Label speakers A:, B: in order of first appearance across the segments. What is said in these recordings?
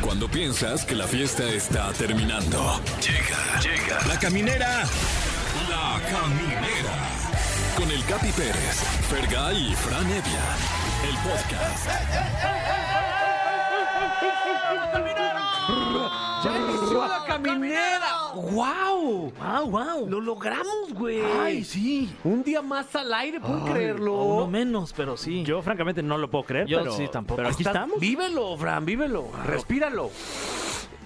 A: Cuando piensas que la fiesta está terminando. Llega, llega. La caminera. La caminera. Con el Capi Pérez, Fergay y Fran Evia. El podcast.
B: ¡Ya inició la caminera! ¡Wow!
C: ¡Wow, wow!
B: ¡Lo logramos, güey!
C: ¡Ay, sí! oh,
B: Un día más al aire, ¿puedo creerlo?
C: A Uno menos, pero sí.
D: Yo francamente no lo puedo creer,
C: Yo
D: pero
C: sí, tampoco.
D: Pero aquí
B: Estás-
D: estamos.
B: Vívelo, Fran, vívelo. Respíralo.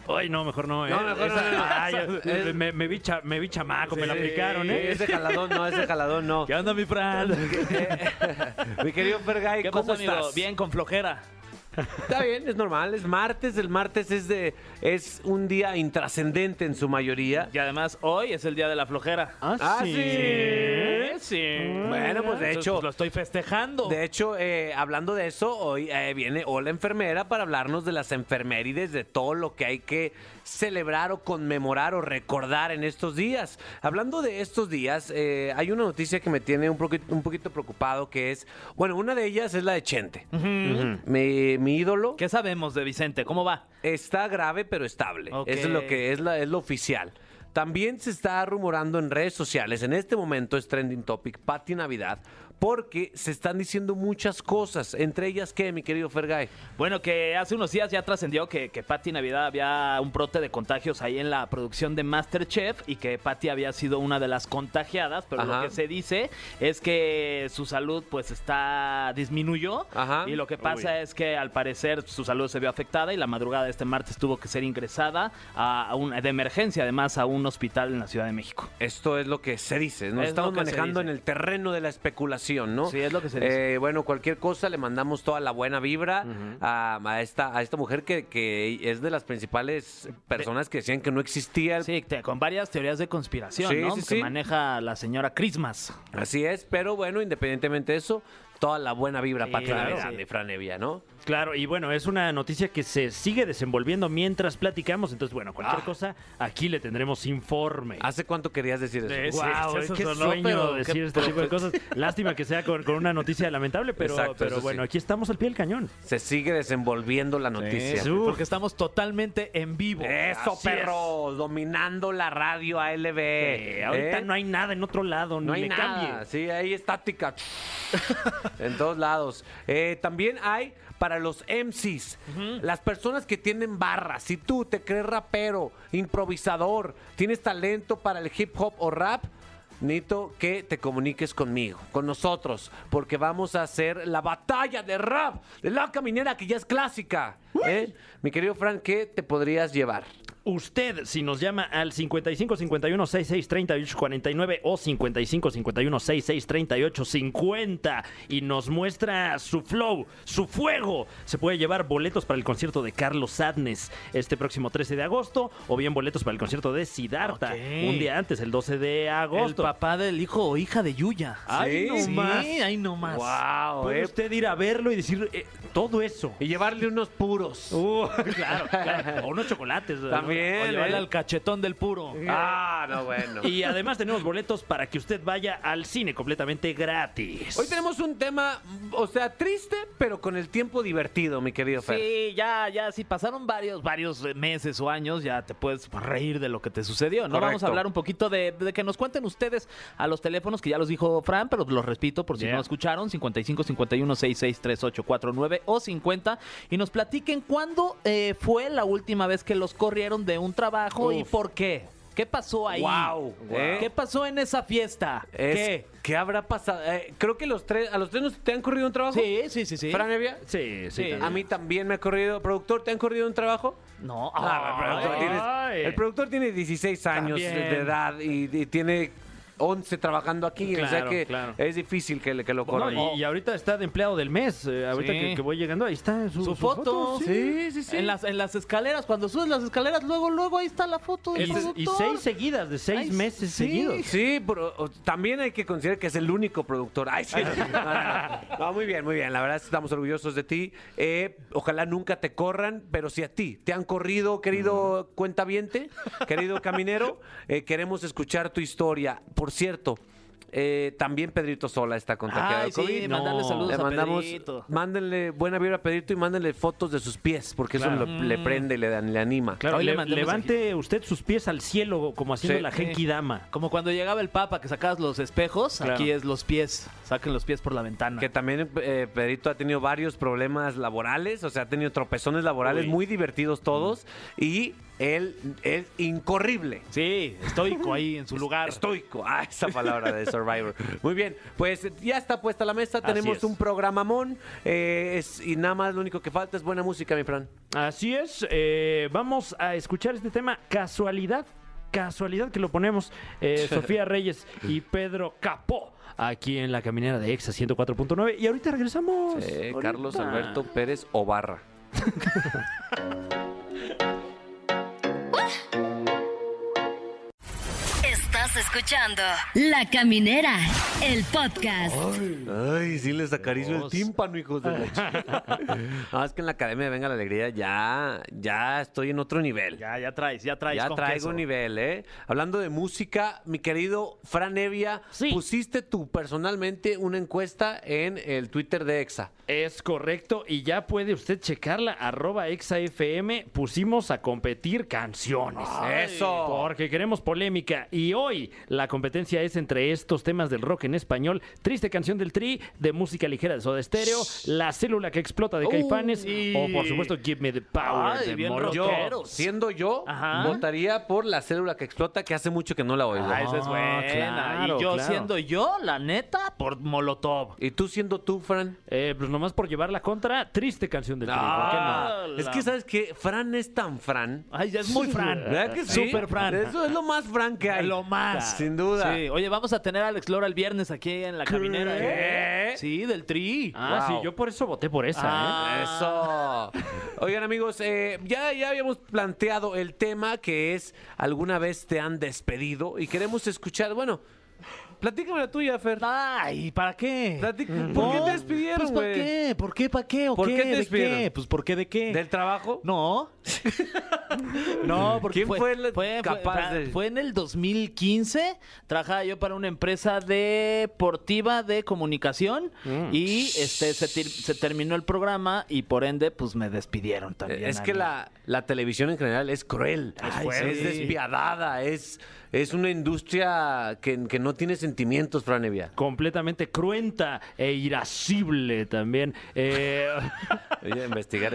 D: Ay, no, mejor no. eh.
B: No, mejor no,
D: Esa-
B: no, no.
D: Ay,
B: Eh.
D: me, me vi cha- me vi chamaco, me la
B: Sí,
D: aplicaron, ¿eh?
B: Ese jaladón no, ese jaladón no.
D: ¿Qué onda, mi Fran?
B: Mi querido Fergay,
C: ¿Qué
B: ¿cómo
C: pasó, amigo?
B: estás?
C: Bien, con flojera.
B: Está bien, es normal, es martes. El martes es de es un día intrascendente en su mayoría.
C: Y además, hoy es el día de la flojera.
B: Ah, sí.
C: Sí, sí.
B: Bueno, pues, de
C: Entonces,
B: hecho-
C: lo estoy festejando.
B: De hecho, eh, hablando de eso, hoy eh, viene Hola Enfermera para hablarnos de las enfermerides, de todo lo que hay que celebrar o conmemorar o recordar en estos días. Hablando de estos días, eh, hay una noticia que me tiene un poquito, un poquito preocupado, que es, bueno, una de ellas es la de Chente, mi, mi ídolo.
C: ¿Qué sabemos de Vicente? ¿Cómo va?
B: Está grave pero estable.
C: Ok.
B: Eso es lo que es, la, es lo oficial. También se está rumorando en redes sociales, en este momento es trending topic, Pati Navidad, porque se están diciendo muchas cosas, entre ellas que, mi querido Fergay.
C: Bueno, que hace unos días ya trascendió que, que Patti Navidad había un brote de contagios ahí en la producción de Masterchef y que Patti había sido una de las contagiadas, pero
B: Ajá.
C: lo que se dice es que su salud pues está disminuyó
B: Ajá.
C: y lo que pasa
D: Uy.
C: es que al parecer su salud se vio afectada y la madrugada de este martes tuvo que ser ingresada a, a un- de emergencia además a un hospital en la Ciudad de México.
B: Esto es lo que se dice, nos
C: Es
B: estamos
C: lo que se
B: manejando en
C: dice.
B: el terreno de la especulación, ¿no?
C: Sí, es lo que se dice.
B: Eh, bueno, cualquier cosa, le mandamos toda la buena vibra a, a esta, a esta mujer que, que es de las principales personas que decían que no existía el
C: Sí, te- con varias teorías de conspiración
B: Sí,
C: ¿no?
B: sí,
C: que
B: sí.
C: maneja la señora Christmas.
B: Así es, pero bueno, independientemente de eso, toda la buena vibra
C: Sí,
B: para
C: claro.
B: Navidad
C: Sí.
B: de Franevia, ¿no?
D: Claro, y bueno, es una noticia que se sigue desenvolviendo mientras platicamos. Entonces, bueno, cualquier
B: Ah.
D: cosa, aquí le tendremos informe.
B: ¿Hace cuánto querías decir eso?
C: Sí, sí,
D: Wow,
C: eso
D: qué
C: sonó,
D: sueño
C: pero qué
D: decir este tipo de
C: profe-
D: cosas. Lástima que sea con, con una noticia lamentable, pero,
B: Exacto, eso
D: pero
B: sí.
D: bueno, aquí estamos al pie del cañón.
B: Se sigue desenvolviendo la noticia.
D: Sí.
C: Porque estamos totalmente en vivo.
B: Eso,
D: Así es.
B: perros, dominando la radio ALB.
D: Eh, ahorita
B: ¿eh?
D: no hay nada en otro lado,
B: No
D: ni
B: hay
D: le
B: nada.
D: cambie.
B: Sí, hay estática. en todos lados. Eh, también hay para los MCs, las personas que tienen barras. Si tú te crees rapero, improvisador, tienes talento para el hip hop o rap. Nito, que te comuniques conmigo, con nosotros, porque vamos a hacer la batalla de rap de la caminera que ya es clásica. ¿eh? Mi querido Fran, ¿qué te podrías llevar?
D: Usted, si nos llama al 55 51 66 38 49 o 55 51 66 38 50 y nos muestra su flow, su fuego, se puede llevar boletos para el concierto de Carlos Sadnes este próximo 13 de agosto o bien boletos para el concierto de Sidarta
C: Ok.
D: un día antes, el 12 de
C: El
D: agosto.
C: papá del hijo o hija de Yuya.
D: Ay, no más.
C: Sí, ay, no más. Pues
B: ¡Wow!
C: eh.
D: Puede usted ir a verlo y decir eh, todo eso.
B: eh. Y llevarle unos puros.
D: Uh, claro, claro. O unos chocolates. ¿no?
B: También.
C: O llevarle
B: ¿eh?
C: al cachetón del puro.
B: Ah, no, bueno.
D: Y además tenemos boletos para que usted vaya al cine completamente gratis.
B: Hoy tenemos un tema, o sea, triste, pero con el tiempo divertido, mi querido Fer.
C: Sí, ya, ya, si pasaron varios, varios meses o años, ya te puedes reír de lo que te sucedió, ¿no? Vamos
B: Correcto.
C: a hablar un poquito de, de que nos cuenten ustedes a los teléfonos, que ya los dijo Fran, pero los repito por si
D: Yeah.
C: no escucharon, 55 51 66 38 49 o 50, y nos platiquen cuándo eh, fue la última vez que los corrieron de un trabajo y
D: Uf.
C: por qué. ¿Qué pasó ahí?
B: Guau, ¿eh?
C: ¿Qué pasó en esa fiesta?
B: Es-
C: ¿Qué?
B: ¿Qué habrá pasado? Eh, creo que los tres, a los tres nos, te han corrido un trabajo.
C: Sí, sí, sí, sí.
B: Fran Evia,
D: Sí, sí.
C: Sí.
D: también.
B: a mí también me ha corrido. ¿Productor, te han corrido un trabajo?
C: No,
B: Ah, el, productor
C: ay.
B: tiene, el productor tiene 16 años
D: También.
B: de edad y, y tiene 11 trabajando aquí. o sea
D: Claro,
B: que
D: claro.
B: es difícil que, le- que lo
D: No,
B: corran.
D: y, y ahorita está de empleado del mes. eh, ahorita
C: Sí.
D: que, que voy llegando, ahí está su,
C: su, foto.
D: Sí, sí, sí.
C: En las, en las escaleras, cuando subes las escaleras, luego, luego ahí está la foto del
D: Y- y
C: productor.
D: seis seguidas, de seis
C: Ay,
D: meses
C: sí.
D: seguidos.
B: Sí, pero o- también hay que considerar que es el único productor. Ay, sí. No, no, no. No, muy bien, muy bien. La verdad estamos orgullosos de ti. Eh, ojalá nunca te corran, pero si a ti te han corrido, querido cuentaviente, querido caminero, eh, queremos escuchar tu historia. Por cierto, Eh, también Pedrito Sola está contagiado
C: Ay,
B: de
C: sí,
B: COVID.
D: no.
C: mandarle saludos
B: Le
C: a
B: mandamos,
C: Pedrito.
B: mándenle buena vibra a Pedrito y mándenle fotos de sus pies, porque
D: Claro.
B: eso lo- le prende y le, dan- le anima.
D: Claro,
C: Hoy le
D: le-
C: mandé un
D: levante usted sus pies al cielo como haciendo
B: Sí.
D: la Genki Dama.
C: Como cuando llegaba el Papa que sacabas los espejos,
D: Claro.
C: aquí es los pies. Saquen los pies por la ventana.
B: Que también eh, Pedrito ha tenido varios problemas laborales, o sea, ha tenido tropezones laborales
D: Uy.
B: muy divertidos todos y él es incorrible.
C: Sí, estoico ahí en su lugar.
B: Estoico, ah, esa palabra de Survivor. Muy bien, pues ya está puesta la mesa,
D: Así
B: tenemos
D: es.
B: un programamón eh, es- y nada más lo único que falta es buena música, mi Fran.
D: Así es, eh, vamos a escuchar este tema, casualidad, casualidad que lo ponemos eh, Sofía Reyes y Pedro Capó aquí en la caminera de Exa 104.9 y ahorita regresamos.
B: Eh,
D: Pues, Ahorita.
B: Carlos Alberto Pérez Obarra.
E: Estás escuchando La Caminera, el podcast.
B: Ay, sí les acaricio el tímpano, hijos de la ch- No, es que en la Academia de Venga la Alegría ya, ya estoy en otro nivel.
C: Ya, ya traes, ya traes.
B: Ya
C: con
B: traigo
C: queso.
B: un nivel, ¿eh? Hablando de música, mi querido Fran Evia,
D: Sí.
B: pusiste tú personalmente una encuesta en el Twitter de EXA.
D: Es correcto y ya puede usted checarla, arroba ExaFM, pusimos a competir canciones.
B: ¡Eso!
D: Porque queremos polémica y hoy la competencia es entre estos temas del rock en español, Triste Canción del Tri, de música ligera de Soda Estéreo, La Célula que Explota de Caifanes
C: y-
D: o por supuesto Give Me the Power
C: Ay,
D: de
C: bien
D: Molotov.
B: Yo,
C: Rockeros.
B: siendo yo,
C: Ajá.
B: votaría por la célula que explota, que hace mucho que no la oigo.
C: Ah, esa es
D: Ah,
C: buena.
D: claro,
C: y yo
D: claro.
C: siendo yo, la neta, por Molotov.
B: ¿Y tú siendo tú, Fran?
D: Eh, pues nomás por llevar la contra, Triste Canción del Tri. ¿por qué no?
C: Ah,
B: Es
C: la-
B: que, ¿sabes que Fran es tan Fran.
C: Ay, ya es muy Fran.
B: ¿Verdad que sí?
C: Super Fran.
B: Eso es lo más Fran que hay.
C: Lo más.
B: Sin duda.
C: Sí. Oye, vamos a tener a Alex Lora el viernes aquí en la caminera. ¿eh?
B: ¿Qué?
C: Sí, del tri.
D: Ah,
B: Wow.
D: sí, yo por eso voté por esa.
C: Ah.
D: ¿eh?
B: Eso. Oigan amigos, eh, ya, ya habíamos planteado el tema que es ¿alguna vez te han despedido? Y queremos escuchar, bueno, platícame la tuya, Fer.
C: Ay, ¿para qué?
B: Platic- ¿Por qué te despidieron,
C: Pues, ¿Por
B: güey?
C: qué? ¿Por qué? ¿Para qué? ¿O
B: ¿Por
C: qué?
B: qué te
C: ¿De
B: despidieron?
C: qué? Pues, ¿por qué de qué?
B: ¿Del trabajo?
C: No. no, porque
B: ¿Quién fue el capaz
C: fue-
B: de-
C: fue en el 2015. Trabajaba yo para una empresa deportiva de comunicación
B: Mm.
C: y este se, tir- se terminó el programa y por ende pues me despidieron también.
B: Eh, Es
C: a
B: que
C: mí.
B: la, la televisión en general es cruel,
C: Ay,
B: Ay,
C: sí.
B: es despiadada, es, es una industria que, que no tiene sentimientos, Franevia.
D: Completamente cruenta e irascible también. Eh,
B: Voy a investigar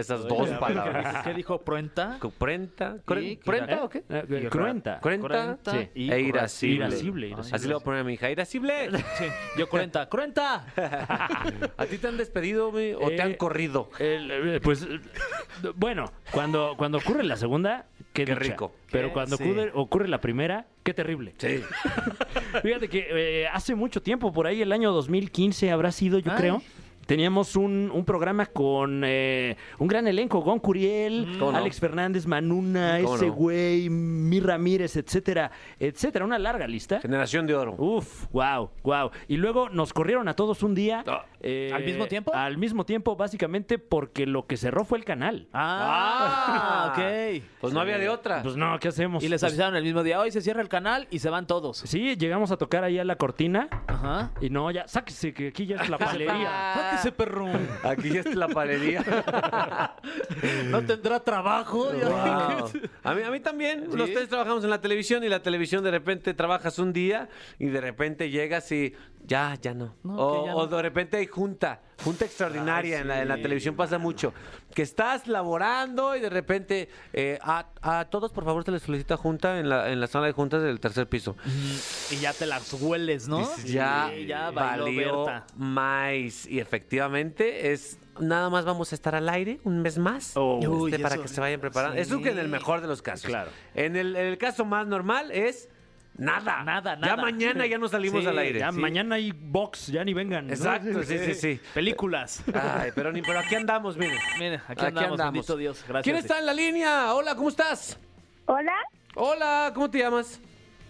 B: esas dos
C: Oye,
B: palabras.
C: ¿Qué dijo Pruenta?
B: ¿Cuarenta?
C: Sí,
B: ¿Cuarenta
C: ¿eh?
B: o qué?
D: eh, cruenta.
B: ¿Cuarenta?
D: Sí.
C: y
D: irascible.
B: E irascible.
D: Irascible, irascible.
B: Así le voy a poner a mi hija, irascible.
C: Sí, yo 40, 40.
B: ¿A ti te han despedido mi- o
D: Eh,
B: te han corrido?
D: El, eh, pues eh, bueno, cuando, cuando ocurre la segunda, qué,
B: Qué
D: dicha.
B: rico.
D: Pero
C: Qué-
D: cuando
C: sí.
D: ocurre, ocurre la primera, qué terrible. Sí. Fíjate que eh, hace mucho tiempo, por ahí el año 2015 habrá sido, yo
C: Ay.
D: creo. Teníamos un, un programa con eh, un gran elenco, Gon
C: Mm.
D: Curiel,
B: ¿Cómo no?
D: Alex Fernández, Manuna,
B: ¿Cómo
D: ese
B: no?
D: güey, Mi Ramírez, etcétera, etcétera. Una larga lista.
B: Generación de oro.
D: Uf, wow, wow. Y luego nos corrieron a todos un día.
B: Ah,
D: eh,
C: ¿al mismo tiempo?
D: Al mismo tiempo, básicamente porque lo que cerró fue el canal.
C: Ah, ok.
B: Pues no había de otra.
D: Pues no, ¿qué hacemos?
C: Y les
D: Pues,
C: avisaron el mismo día, hoy se cierra el canal y se van todos.
D: sí, llegamos a tocar ahí a la cortina.
C: Ajá.
D: Y no, ya, sáquese que aquí ya es la palería.
B: Ah,
C: ese perro!
B: Aquí ya está la palería.
C: No tendrá trabajo. ya.
B: Wow. A, mí, a mí también. Los tres trabajamos en la televisión y la televisión de repente trabajas un día y de repente llegas y ya, ya no.
C: No,
B: o,
C: que ya
B: o
C: no.
B: de repente hay junta, junta extraordinaria. en, la, en la televisión pasa mucho. Que estás laborando y de repente eh, a, a todos por favor se les solicita junta en la, en la sala de juntas del tercer piso.
C: Y ya te las hueles, ¿no?
B: Dices, Ya,
C: Sí, ya bailó
B: valió
C: Berta.
B: más. Y efectivamente es... Nada más vamos a estar al aire un mes más
D: Oh.
B: este,
C: Uy,
B: para
C: eso-
B: que se vayan preparando.
C: sí.
B: Eso que en el mejor de los casos.
D: Claro.
B: En el, en el caso más normal es nada.
C: Nada,
B: Ya
C: nada.
B: mañana ya no salimos
C: Sí,
B: al aire.
D: Ya
B: Este, Sí.
D: mañana hay box, ya ni vengan. ¿no?
B: Exacto, Pues sí, sí, sí.
C: Películas.
B: Ay, pero ni, pero aquí andamos, miren.
C: Miren, aquí andamos, bendito Dios, gracias.
B: ¿Quién está en la línea? Hola, ¿cómo estás?
F: Hola,
B: Hola, ¿cómo te llamas?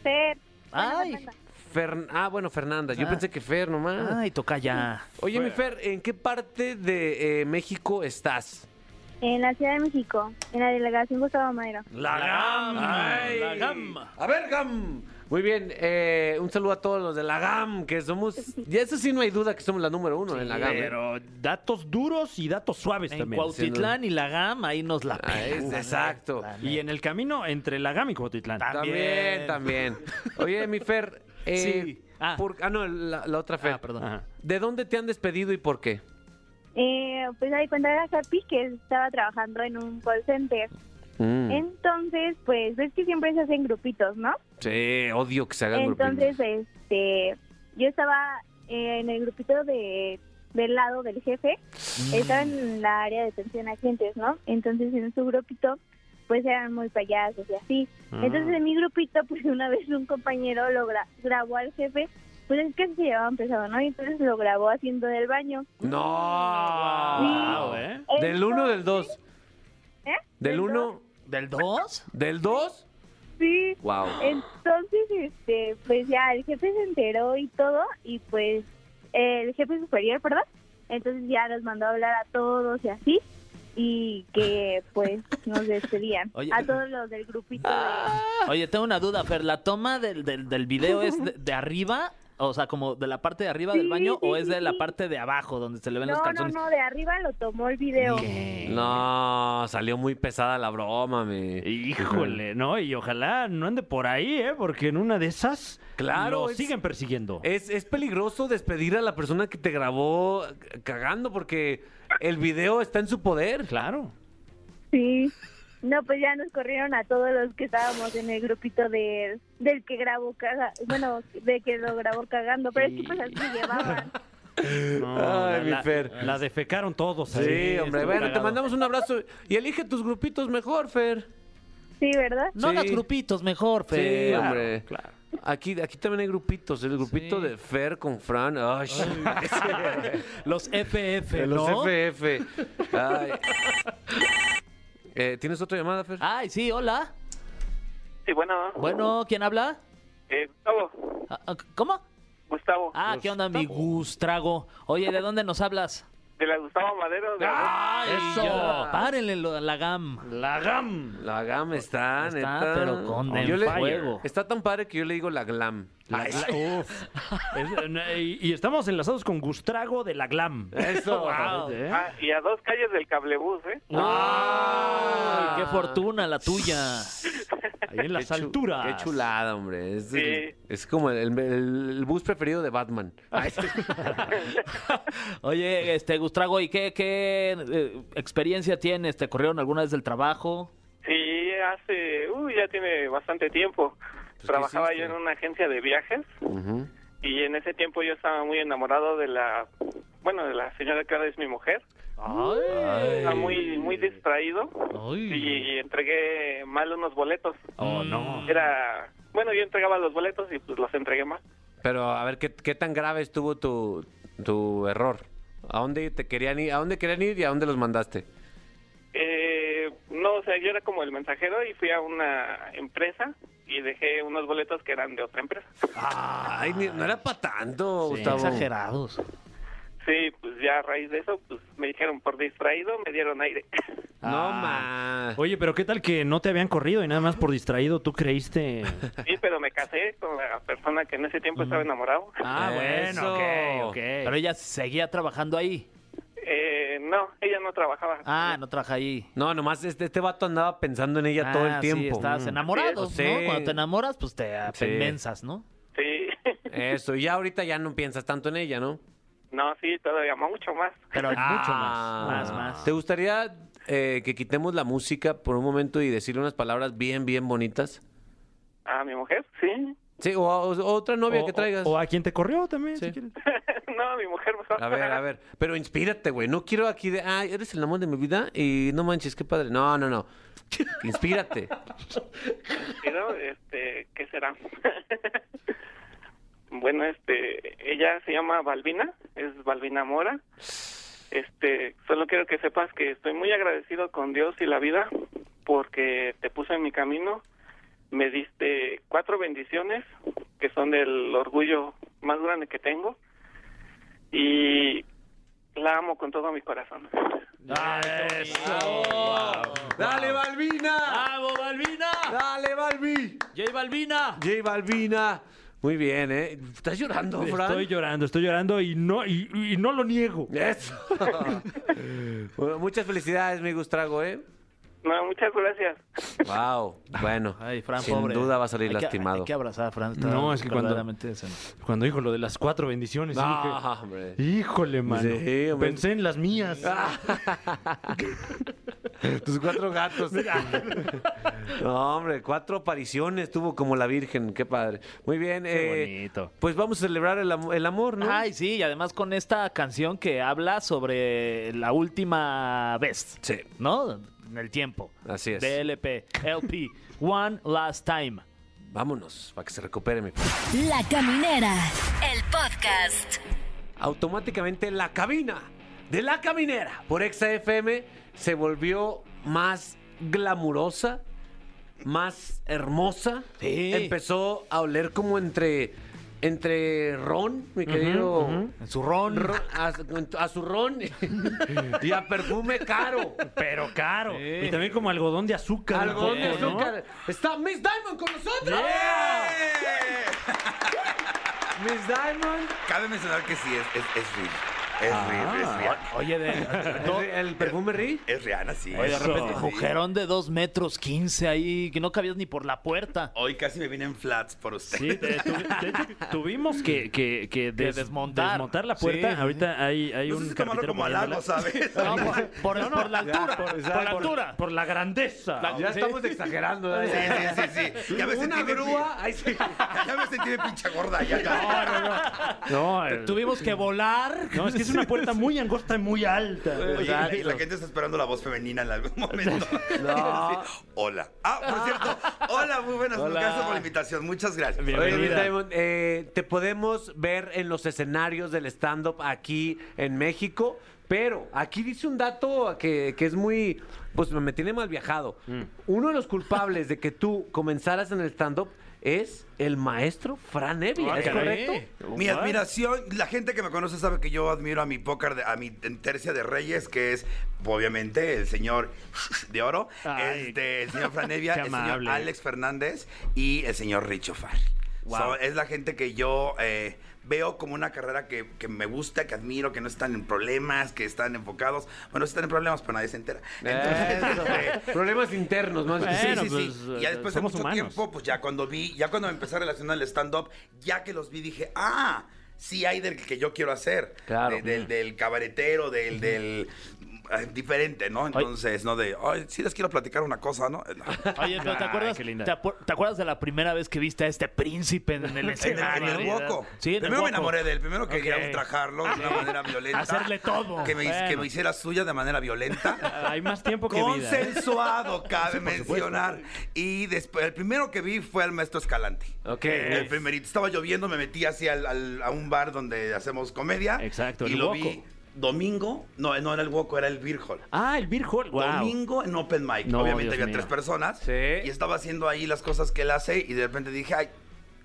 F: Fer.
C: Ay,
B: Fern- ah, bueno, Fernanda. Yo
C: Ah.
B: pensé que Fer nomás.
C: ay, toca ya.
B: Oye, mi Fer, ¿en qué parte de eh, México estás?
F: En la Ciudad de México, en la delegación Gustavo Madero.
B: La
C: Gam,
B: Ay.
C: la Gam.
B: A ver, Gam. Muy bien, eh, un saludo a todos los de la GAM, que somos. Y eso sí, no hay duda que somos la número uno en la GAM. ¿eh?
D: Pero datos duros y datos suaves
C: En
D: también.
C: Cuautitlán y la GAM, ahí nos la
B: Pues Ah, es-
C: pelan.
B: exacto.
D: Y en el camino entre la Gama y Cuautitlán.
B: También, también. Oye, mi Fer. eh,
C: Sí. Ah.
B: por- ah, no, la, la otra Fer.
C: Ah, perdón.
D: Ajá.
B: ¿De dónde te han despedido y por qué?
F: Eh, pues ahí cuenta era Capi que estaba trabajando en un call center.
B: Hmm.
F: Mm. Entonces, pues ves que siempre se hacen grupitos, ¿no?
B: Sí, odio que se hagan
F: Entonces,
B: grupitos.
F: este, yo estaba eh, en el grupito de del lado del jefe,
B: Mm.
F: estaba en la área de atención a clientes, ¿no? Entonces, en su grupito, pues eran muy payasos y así.
B: Ah.
F: Entonces, en mi grupito, pues una vez un compañero lo gra- grabó al jefe, pues es que se llevaban pesado, ¿no? Y entonces lo grabó haciendo del baño.
B: No.
D: Wow, ¿eh?
B: Del 1 o del 2?
F: ¿Eh?
B: Del 1,
C: ¿Del 2?
B: del 2.
F: Sí.
B: Wow.
F: Entonces, este, pues ya el jefe se enteró y todo, y pues el jefe superior, perdón, entonces ya nos mandó a hablar a todos y así, y que pues nos despedían
C: Oye. Ah,
F: a todos los del grupito. de-
C: Oye, tengo una duda, Fer. ¿La toma del, del, del video es de, de arriba? O sea, como de la parte de arriba del
F: Sí,
C: baño
F: sí,
C: o es
F: sí,
C: de la
F: sí.
C: parte de abajo donde se le ven los
F: No, no,
C: calzones.
F: no, de arriba lo tomó el video.
B: No, salió muy pesada la broma, me.
D: Híjole, ¿no? Y ojalá no ande por ahí, ¿eh? Porque en una de esas
B: Claro,
D: lo
B: es- eh,
D: siguen persiguiendo.
B: Es, es peligroso despedir a la persona que te grabó c- cagando porque el video está en su poder.
D: Claro.
F: Sí. No, pues ya nos corrieron a todos los que estábamos en el grupito del, del que grabó caga, bueno, de que lo grabó cagando, pero es que pues así llevaban.
D: No,
B: Ay, mi
D: la,
B: Fer.
D: la defecaron todos.
B: Sí,
D: ahí,
B: hombre.
D: estuvo
B: Bueno, te
D: cagado.
B: mandamos un abrazo y elige tus grupitos mejor, Fer.
F: Sí, ¿verdad?
C: No hagas
B: Sí.
C: grupitos, mejor, Fer.
B: Sí,
C: Claro.
B: hombre. Aquí, aquí también hay grupitos. El grupito
C: Sí.
B: de Fer con Fran. Ay,
C: Los FF,
B: de
C: ¿no?
B: los FF. Ay. Eh, ¿Tienes otra llamada, Fer?
C: Ay, sí, hola.
G: Sí, bueno.
C: Bueno, ¿quién habla?
G: Eh, Gustavo.
C: Ah, ah, ¿Cómo?
G: Gustavo.
C: Ah, ¿qué onda, mi Gustrago? Oye, ¿de dónde nos hablas?
G: De la Gustavo Madero. De
C: ¡Eso! Párenle lo- la GAM.
D: La GAM.
B: La GAM está,
C: Está,
B: neta.
C: pero con
B: Yo
C: el
B: le-
C: fuego.
B: Está tan padre que yo le digo la glam.
D: La
B: Ay,
D: gla- Uf. Es- no, y, y estamos enlazados con Gustrago de la GLAM.
B: Eso.
D: Wow.
G: la- Ah, y a dos calles del cablebús, ¿eh?
B: Ah.
C: ¡Ay, qué fortuna la tuya!
D: Ahí en las
B: Qué chu-
D: alturas.
B: Qué chulada, hombre. Es, el-
G: Sí.
B: es como el, el- el bus preferido de Batman. Ay, sí.
C: Oye, este, Gustrago, ¿y qué, qué eh, experiencia tienes? ¿Te corrieron alguna vez del trabajo?
G: Sí, hace. Uy, ya tiene bastante tiempo.
B: ¿qué
G: Trabajaba yo
B: hiciste?
G: en una agencia de viajes.
B: Ujú.
G: Y en ese tiempo yo estaba muy enamorado de la. Bueno, de la señora que ahora es mi mujer. Estaba muy, muy distraído. Y, entregué mal unos boletos.
D: Oh, no.
G: Era. Bueno, yo entregaba los boletos y pues los entregué mal.
B: Pero a ver, ¿qué, qué tan grave estuvo tu, tu error? ¿A dónde te querían ir? ¿A dónde querían ir y a dónde los mandaste?
G: Eh, no, o sea, yo era como el mensajero y fui a una empresa y dejé unos boletos que eran de otra empresa.
B: Ay, ni- no era para tanto, Gustavo.
C: Exagerados.
G: Sí, pues ya a raíz de eso, pues me dijeron por distraído, me dieron aire.
B: No
D: Ah.
B: más.
D: Oye, pero ¿qué tal que no te habían corrido y nada más por distraído tú creíste?
G: Sí, pero me casé con la persona que en ese tiempo estaba enamorado.
D: Ah,
B: Eso.
D: bueno, ok, ok.
B: eh.
C: Pero ella seguía trabajando ahí.
G: Eh, no, ella no trabajaba.
C: Ah, no trabaja ahí.
B: No, nomás este, este vato andaba pensando en ella todo
C: Ah,
B: el tiempo.
C: Sí, estás
B: Mm.
C: enamorado,
B: Sí.
C: ¿no? Cuando te enamoras, pues te
B: Sí.
C: apemensas, ¿no?
G: Sí,
B: Eso, y ya ahorita ya no piensas tanto en ella, ¿no?
G: no, sí, todavía mucho más.
C: Pero mucho
B: Ah.
C: más, más, más.
B: ¿Te gustaría eh, que quitemos la música por un momento y decirle unas palabras bien, bien bonitas?
G: ¿A mi mujer? Sí.
B: Sí, o, a- o otra novia
D: O-
B: que
D: o-
B: traigas.
D: O, a quien te corrió también, si quieres.
G: no, a mi mujer pues, mejor.
B: A ver, a ver. Pero inspírate, güey. No quiero aquí de, ay, eres el amor de mi vida y no manches, qué padre. No, no, no. Inspírate.
G: Pero, este, ¿qué será? bueno, este, ella se llama Balbina, es Balbina Mora. Este, solo quiero que sepas que estoy muy agradecido con Dios y la vida porque te puso en mi camino, me diste cuatro bendiciones que son del orgullo más grande que tengo y la amo con todo mi corazón.
D: Ah,
B: ¡Dale, Balbina!
C: ¡Bravo, Balbina!
B: ¡Dale, Balbi!
C: ¡J Balvina!
B: J Balvina. Muy bien, ¿eh? ¿Estás llorando, Fran?
D: Estoy llorando, estoy llorando y no, y, y no lo niego.
B: Eso. Bueno, muchas felicidades, mi Gustrago, ¿eh?
G: No, muchas gracias.
B: Wow. Bueno,
C: Ay, Fran,
B: sin
C: pobre.
B: duda va a salir
C: Hay que-
B: lastimado.
C: hay que abrazar a Fran. está
D: No, es que cuando-
C: verdaderamente decente.
D: Cuando dijo lo de las cuatro bendiciones,
B: Ah,
D: dije,
B: hombre.
D: híjole, mano.
B: Sí, hombre.
D: Pensé en las mías.
B: Tus cuatro gatos. no, hombre, cuatro apariciones tuvo como la Virgen, qué padre. Muy bien. eh,
D: bonito.
B: Pues vamos a celebrar el, am- el amor, ¿no?
C: Ay, sí, y además con esta canción que habla sobre la última vez.
B: Sí.
C: ¿No? En el tiempo.
B: Así es.
C: DLP, LP, One Last Time.
B: Vámonos, para que se recupere mi...
E: La Caminera, el podcast.
B: automáticamente la cabina de la caminera por Exa FM se volvió más glamurosa, más hermosa.
C: Sí.
B: Empezó a oler como entre entre ron, mi querido.
C: En su ron.
B: Ron- a, a su ron y a perfume caro.
D: Pero caro.
C: Sí.
D: Y también como algodón de azúcar. un
B: Algodón de
D: poco, ¿no?
B: azúcar. Está Miss Diamond con nosotros. Miss Diamond.
H: Cabe mencionar que sí, es, es, es real. Es real, es real.
C: Oye, de,
B: ¿El, el perfume Ri?
H: Es Rihanna, sí.
C: oye, de
H: Sí,
C: repente,
H: sí.
C: mujerón de 2 metros 15 ahí, que no cabías ni por la puerta.
H: Hoy casi me vine en flats por usted.
D: Sí, te- tu- de hecho, tuvimos que, que- que des-
C: desmontar.
D: desmontar la puerta.
C: Sí.
D: Ahorita hay, hay
H: no
D: un
H: sé si tomarlo
D: carpintero
H: como
D: poniéndola.
H: halago, ¿sabes?
C: No, por, por- por la altura. Por,
D: Por,
C: la altura.
D: Por la grandeza.
B: Ya estamos exagerando. ¿eh?
H: Sí, sí, sí, sí. Ya me
B: Una
H: sentí de-
B: grúa. Ahí sí.
H: Ya me sentí de pincha gorda. Ya,
D: No, no, no. No, eh,
C: Tuvimos que volar.
D: no, es que es una puerta muy angosta y muy alta.
H: Oye, y la gente está esperando la voz femenina en algún momento.
B: No.
H: Sí. Hola. Ah, por cierto. Hola, muy buenas.
B: Hola.
H: Gracias por la invitación. Muchas gracias.
B: Oye,
D: Bienvenida.
B: Miss Diamond, eh, te podemos ver en los escenarios del stand-up aquí en México, pero aquí dice un dato que, que es muy, pues me tiene mal viajado.
D: Mm.
B: Uno de los culpables de que tú comenzaras en el stand-up es el maestro Fran Evia, ¿es
D: Ah, caray.
B: correcto?
H: Mi admiración, la gente que me conoce sabe que yo admiro a mi póker, de- a mi tercia de reyes, que es obviamente el señor de oro,
D: Ay,
H: este, el señor Franevia,
D: qué
H: el señor
D: amable.
H: Alex Fernández y el señor Richo Farr. So, es la gente que yo eh, veo como una carrera que, que me gusta, que admiro, que no están en problemas, que están enfocados. Bueno, sí están en problemas, pero nadie se entera.
B: Eso.
H: este,
B: Problemas internos, más bien.
D: Eh, Bueno,
H: sí, sí, sí.
D: pues,
H: Y ya después de
D: somos
H: mucho
D: humanos.
H: tiempo, pues ya cuando vi, ya cuando me empecé a relacionar el stand-up, ya que los vi, dije, ah, sí hay del que yo quiero hacer.
B: Claro.
H: De- del, del cabaretero, del, del eh, diferente, ¿no? Entonces, no de, ay, sí les quiero platicar una cosa, ¿no?
C: Oye, pero ¿te
D: Ay,
C: acuerdas,
D: qué linda.
C: Te, apu- te acuerdas de la primera vez que viste a este príncipe en el
H: En el, en
C: escenario?
H: el Woco.
C: Sí, en el
H: primero
C: Woco.
H: me enamoré de él. Primero quería
C: Ok.
H: ultrajarlo de una manera violenta.
C: Hacerle todo.
H: Que me, que
D: Bueno.
H: me hiciera suya de manera violenta.
D: Hay más tiempo que vida. ¿eh?
H: Consensuado, cabe mencionar. Y después, el primero que vi fue al maestro Escalante.
B: Ok.
H: El primerito. Estaba lloviendo, me metí así al- al- a un bar donde hacemos comedia.
D: Exacto,
H: Y
D: el
H: lo
D: Woco.
H: vi domingo. No, no era el Woco, era el Beer Hall.
D: Ah, el Beer Hall. Wow.
H: Domingo en Open Mic.
D: No,
H: Obviamente
D: Dios
H: había
D: mío.
H: tres personas.
B: Sí.
H: Y estaba haciendo ahí las cosas que él hace. Y de repente dije, ay,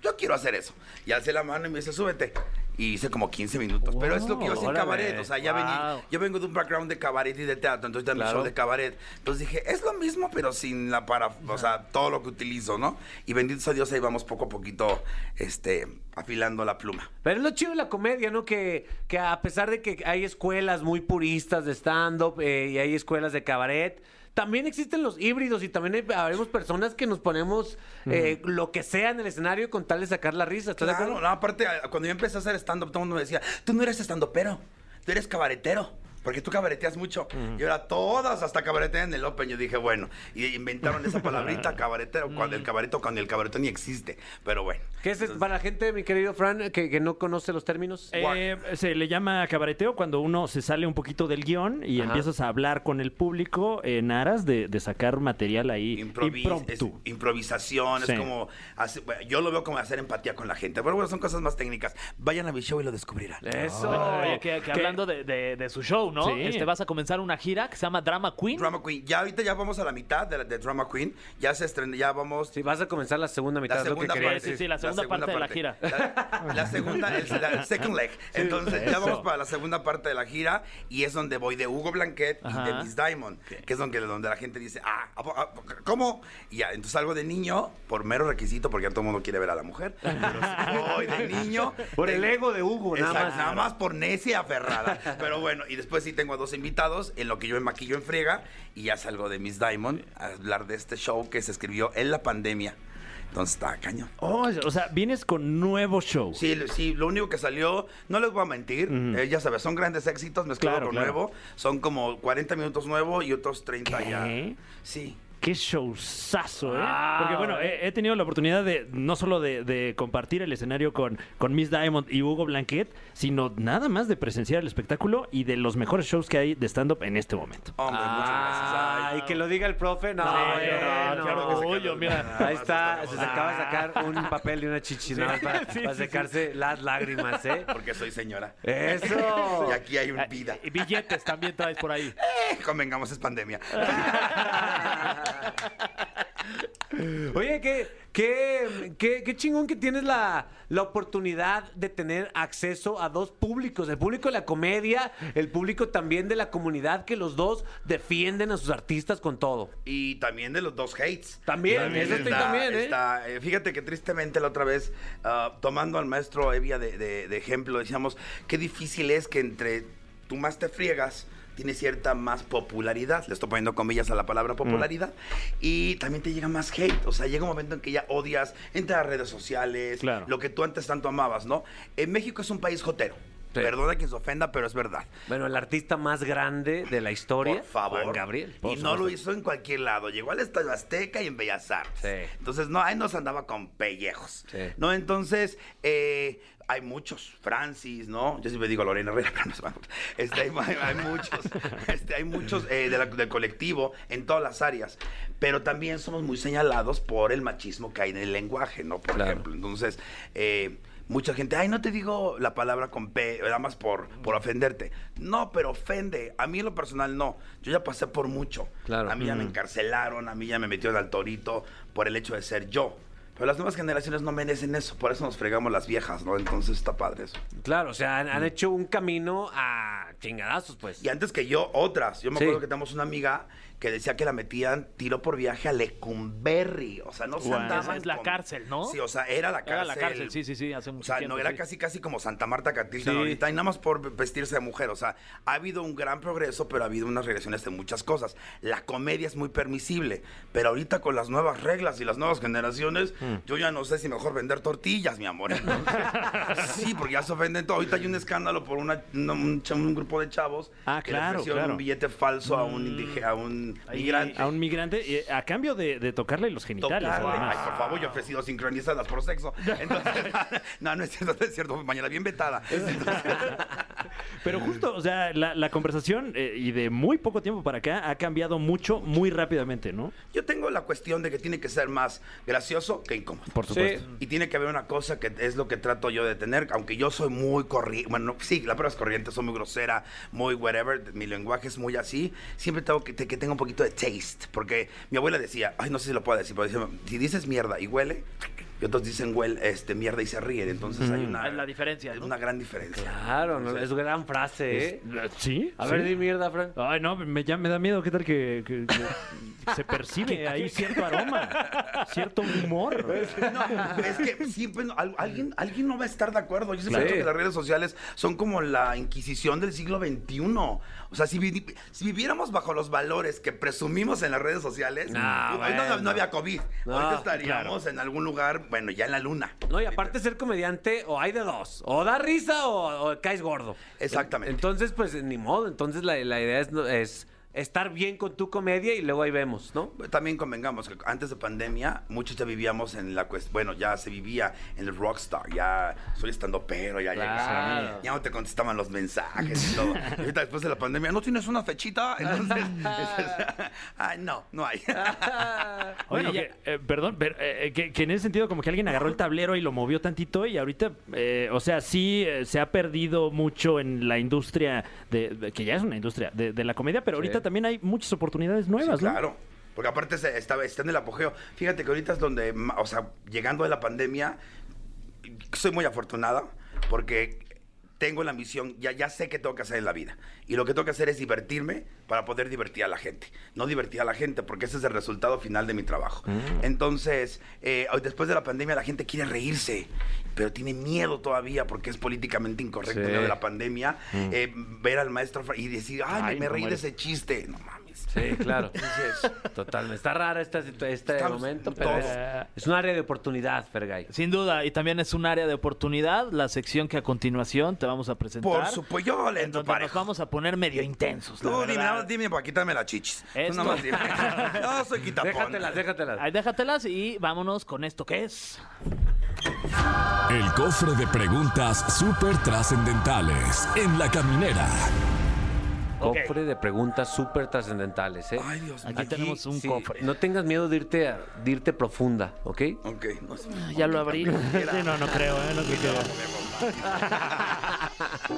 H: yo quiero hacer eso. Y alcé la mano y me dice, súbete. Y hice como 15 minutos. Pero es lo que yo hacía en
B: órale.
H: cabaret. O sea, ya
C: Wow.
H: venía. Yo vengo de un background de cabaret y de teatro. Entonces, también
B: Claro.
H: show de cabaret. Entonces dije, es lo mismo, pero sin la para. O sea, todo lo que utilizo, ¿no? Y bendito sea Dios, ahí vamos poco a poquito este, afilando la pluma.
B: Pero es lo chido de la comedia, ¿no? Que, que a pesar de que hay escuelas muy puristas de stand-up eh, y hay escuelas de cabaret, también existen los híbridos y también hay- habremos personas que nos ponemos eh, lo que sea en el escenario con tal de sacar la risa. ¿Estás de
H: Claro,
B: acuerdo?
H: no, aparte, a- cuando yo empecé a hacer stand-up, todo el mundo me decía, tú no eres stand-upero, tú eres cabaretero. Porque tú cabareteas mucho. Y ahora todas hasta cabaretean en el Open. Yo dije, bueno, y inventaron esa palabrita cabaretero, cuando el cabareto, cuando el cabareto ni existe. Pero bueno.
B: ¿Qué es esto? para la gente, mi querido Fran, que, que no conoce los términos?
D: Eh, se le llama cabareteo cuando uno se sale un poquito del guión y
B: Ajá.
D: empiezas a hablar con el público en aras de, de sacar material ahí
H: Improvis-
D: impromptu.
H: es improvisación,
D: Sí.
H: es como. hace- bueno, yo lo veo como hacer empatía con la gente. Pero bueno, son cosas más técnicas. Vayan a mi show y lo descubrirán.
B: Eso.
C: Oye, que, que hablando de, de- de su show, ¿no?
D: Sí.
C: Este, vas a comenzar una gira que se llama Drama Queen.
H: Drama Queen. Ya ahorita ya vamos a la mitad de, la- de Drama Queen. Ya se estrenó, ya vamos.
B: Sí, vas a comenzar la segunda mitad,
H: La
B: es lo que
H: segunda
B: quería
H: parte.
B: decir.
C: Sí, sí, la segunda parte de la gira.
H: La, la segunda, el, la- el second leg. Entonces, ya
D: eso.
H: vamos para la segunda parte de la gira y es donde voy de Hugo Blanquet
C: Ajá.
H: y de Miss Diamond, que es donde, donde la gente dice, ah, ¿a po- a po- ¿cómo? Y ya, entonces salgo de niño por mero requisito porque ya todo el mundo quiere ver a la mujer. Pero sí voy de niño.
B: Por el
H: de-
B: ego de Hugo, nada
H: Exacto,
B: más.
H: nada más por necia y aferrada. Pero bueno, y después sí tengo a dos invitados en lo que yo me maquillo en friega y ya salgo de Miss Diamond a hablar de este show que se escribió en la pandemia. Entonces está cañón.
D: Oh, o sea, vienes con nuevo show.
H: Sí, lo- sí, lo único que salió, no les voy a mentir, eh, ya sabes, son grandes éxitos mezclados
D: Claro,
H: con
D: claro.
H: nuevo, son como 40 minutos nuevo y otros 30
D: ¿Qué?
H: ya. Sí.
D: Qué showzazo, ¿eh?
B: Ah,
D: Porque bueno,
B: eh.
D: he, he tenido la oportunidad de no solo de, de compartir el escenario con, con Miss Diamond y Hugo Blanquet, sino nada más de presenciar el espectáculo y de los mejores shows que hay de stand-up en este momento.
H: Hombre, muchas gracias.
B: Ay, que lo diga el profe, no.
D: sí,
B: bueno.
D: no, claro que se
C: orgullo, mira.
B: Ahí está, se
H: Ah,
B: acaba de sacar un papel de una chichinada para, para secarse las lágrimas, ¿eh?
H: Porque soy señora.
B: ¡Eso!
H: Y aquí hay
D: Ah,
H: un vida.
C: Y billetes también traes por ahí.
H: Convengamos, es pandemia.
B: Oye, qué, qué, qué, qué chingón que tienes la, la oportunidad de tener acceso a dos públicos, el público de la comedia, el público también de la comunidad, que los dos defienden a sus artistas con todo.
H: Y también de los dos hates.
B: También, eso estoy también, ¿eh?
H: está, eh, fíjate que tristemente la otra vez, ah, tomando al maestro Evia de, de- de ejemplo, decíamos, qué difícil es que entre tú más te friegas, tiene cierta más popularidad. Le estoy poniendo comillas a la palabra
B: Mm.
H: popularidad. Y también te llega más hate. O sea, llega un momento en que ya odias, entra a redes sociales,
D: Claro.
H: lo que tú antes tanto amabas, ¿no? En México es un país jotero.
B: Sí.
H: Perdona quien se ofenda, pero es verdad.
B: Bueno, el artista más grande de la historia,
H: Por favor.
B: Juan Gabriel.
H: Y no lo hizo en cualquier lado. Llegó al Estadio Azteca y en Bellas Artes.
B: Sí.
H: Entonces, no, ahí nos andaba con pellejos.
B: Sí.
H: No, entonces, eh, hay muchos. Francis, ¿no? Yo siempre digo Lorena Herrera, pero no se va. Este, hay, hay- hay muchos. Este, hay muchos eh, de la- del colectivo en todas las áreas. Pero también somos muy señalados por el machismo que hay en el lenguaje, ¿no? Por
B: Claro.
H: ejemplo. Entonces, eh, mucha gente, ay, no te digo la palabra con P, nada más por, por ofenderte. No, pero ofende. A mí en lo personal no. Yo ya pasé por mucho.
B: Claro.
H: A mí ya me
B: Ujú.
H: encarcelaron, a mí ya me metieron al torito por el hecho de ser yo. Pero las nuevas generaciones no merecen eso, por eso nos fregamos las viejas, ¿no? Entonces está padre eso.
B: Claro, o sea, han, han hecho un camino a chingadazos, pues.
H: Mm. Y antes que yo, otras. Yo me
B: Sí.
H: acuerdo que tenemos una amiga que decía que la metían tiro por viaje a Lecumberri. O sea, no se
D: Guau.
H: andaban
C: Esa es la
H: con-
C: cárcel, ¿no?
H: Sí, o sea, era la cárcel.
C: Era la cárcel, sí, sí, sí, hace
H: O
C: mucho
H: sea,
C: tiempo,
H: no era
C: sí.
H: casi casi como Santa Marta Catilda
C: Sí.
H: ahorita, y nada más por vestirse de mujer. O sea, ha habido un gran progreso, pero ha habido unas regresiones de muchas cosas. La comedia es muy permisible, pero ahorita con las nuevas reglas y las nuevas generaciones, yo ya no sé si mejor vender tortillas, mi amor. entonces. sí, porque ya se ofenden todo. Ahorita hay un escándalo por una, un, un cha- un grupo de chavos
D: Ah,
H: que le
D: claro,
H: ofrecieron
D: claro.
H: un billete falso a un,
C: Mm.
H: indige- a un
D: Ahí,
H: migrante.
D: A un migrante eh, a cambio de, de tocarle los genitales.
H: Tocarle.
D: además.
H: Ay, por favor, yo he ofrecido sincronizadas por sexo. Entonces, no, no es cierto, no es cierto. Mañana bien vetada.
D: Pero justo, o sea, la, la conversación eh, y de muy poco tiempo para acá ha cambiado mucho, muy rápidamente, ¿no?
H: Yo tengo la cuestión de que tiene que ser más gracioso que incómodo.
D: Por supuesto.
H: Y tiene que haber una cosa que es lo que trato yo de tener, aunque yo soy muy corriente, bueno, sí, la prueba es corriente, soy muy grosera, muy whatever, mi lenguaje es muy así, siempre tengo que, que tenga un poquito de taste, porque mi abuela decía, ay, no sé si lo puedo decir, pero decía, si dices mierda y huele, y otros dicen huele, este, mierda y se ríen, entonces hay una...
C: Es la diferencia, ¿no?
H: Una gran diferencia.
B: Claro, no, es gran frase, ¿eh?
D: Es- ¿Sí?
B: A
D: sí.
B: ver, di mierda, Frank.
D: Ay, no, me, ya me da miedo. ¿Qué tal que, que- que se percibe ahí cierto aroma, cierto humor?
H: No, es que siempre no- al- alguien, alguien no va a estar de acuerdo. Yo siempre
B: Claro.
H: he dicho que las redes sociales son como la Inquisición del siglo XXI. O sea, si, vivi- si viviéramos bajo los valores que presumimos en las redes sociales,
B: No,
H: hoy no,
B: Ah, bueno.
H: no había COVID.
B: No,
H: Ahorita estaríamos en algún lugar, bueno, ya en la luna.
B: No, y aparte ser comediante, o hay de dos. O da risa o, o caes gordo.
H: Exactamente.
B: Entonces, pues, ni modo. Entonces, la, la idea es, no- es estar bien con tu comedia y luego ahí vemos, ¿no?
H: También convengamos que antes de pandemia, muchos ya vivíamos en la cuestión, bueno, ya se vivía en el rockstar, ya soy estando pero, ya
B: Claro.
H: llegaba, ya no te contestaban los mensajes y todo. Y ahorita después de la pandemia, ¿no tienes una fechita? Entonces, ay, no, no hay.
D: Bueno,
C: Oye,
D: que, eh, perdón, pero, eh, que, que en ese sentido como que alguien agarró el tablero y lo movió tantito y ahorita, eh, o sea, sí eh, se ha perdido mucho en la industria, de, de- que ya es una industria de, de la comedia, pero ahorita también hay muchas oportunidades
H: Sí,
D: nuevas, ¿no?
H: claro. Porque aparte se- está, está en el apogeo. Fíjate que ahorita es donde, ma- o sea, llegando de la pandemia, soy muy afortunada porque tengo la misión, ya, ya sé qué tengo que hacer en la vida. Y lo que tengo que hacer es divertirme para poder divertir a la gente. No divertir a la gente, porque ese es el resultado final de mi trabajo.
D: Mm.
H: Entonces, eh, después de la pandemia la gente quiere reírse, pero tiene miedo todavía porque es políticamente incorrecto
B: Sí.
H: lo de la pandemia. eh, ver al maestro Fra- y decir, ay, me-
D: Mm. Ay,
H: me,
D: no
H: reí de
D: mueres.
H: ese chiste. No mames.
B: Sí, claro.
H: Entonces,
B: Total, está rara esta, situ- este
H: Estamos
B: momento, pero
H: todos.
B: es, es un área de oportunidad, Fergay.
C: Sin duda, y también es un área de oportunidad, la sección que a continuación te vamos a presentar.
H: Por supuesto, yo le
C: en
H: entro
C: donde nos
H: parejo.
C: vamos a poner medio intensos. la
H: Tú dime,
C: verdad.
H: nada más dime para quitarme las chichis. Tú
C: Esto.
H: nada más dime. Yo soy quitapón.
B: Déjatelas, déjatelas.
C: Ay, déjatelas y vámonos con esto que es.
A: El cofre de preguntas súper trascendentales en la caminera.
B: Cofre de preguntas súper trascendentales, ¿eh?
H: Ay, Dios mío.
C: Aquí tenemos un
B: sí,
C: cofre.
B: No tengas miedo de irte, a- de irte profunda, ¿ok?
H: Ok, no sé.
C: Ya lo abrí.
D: Sí, no, no creo, ¿eh? No creo.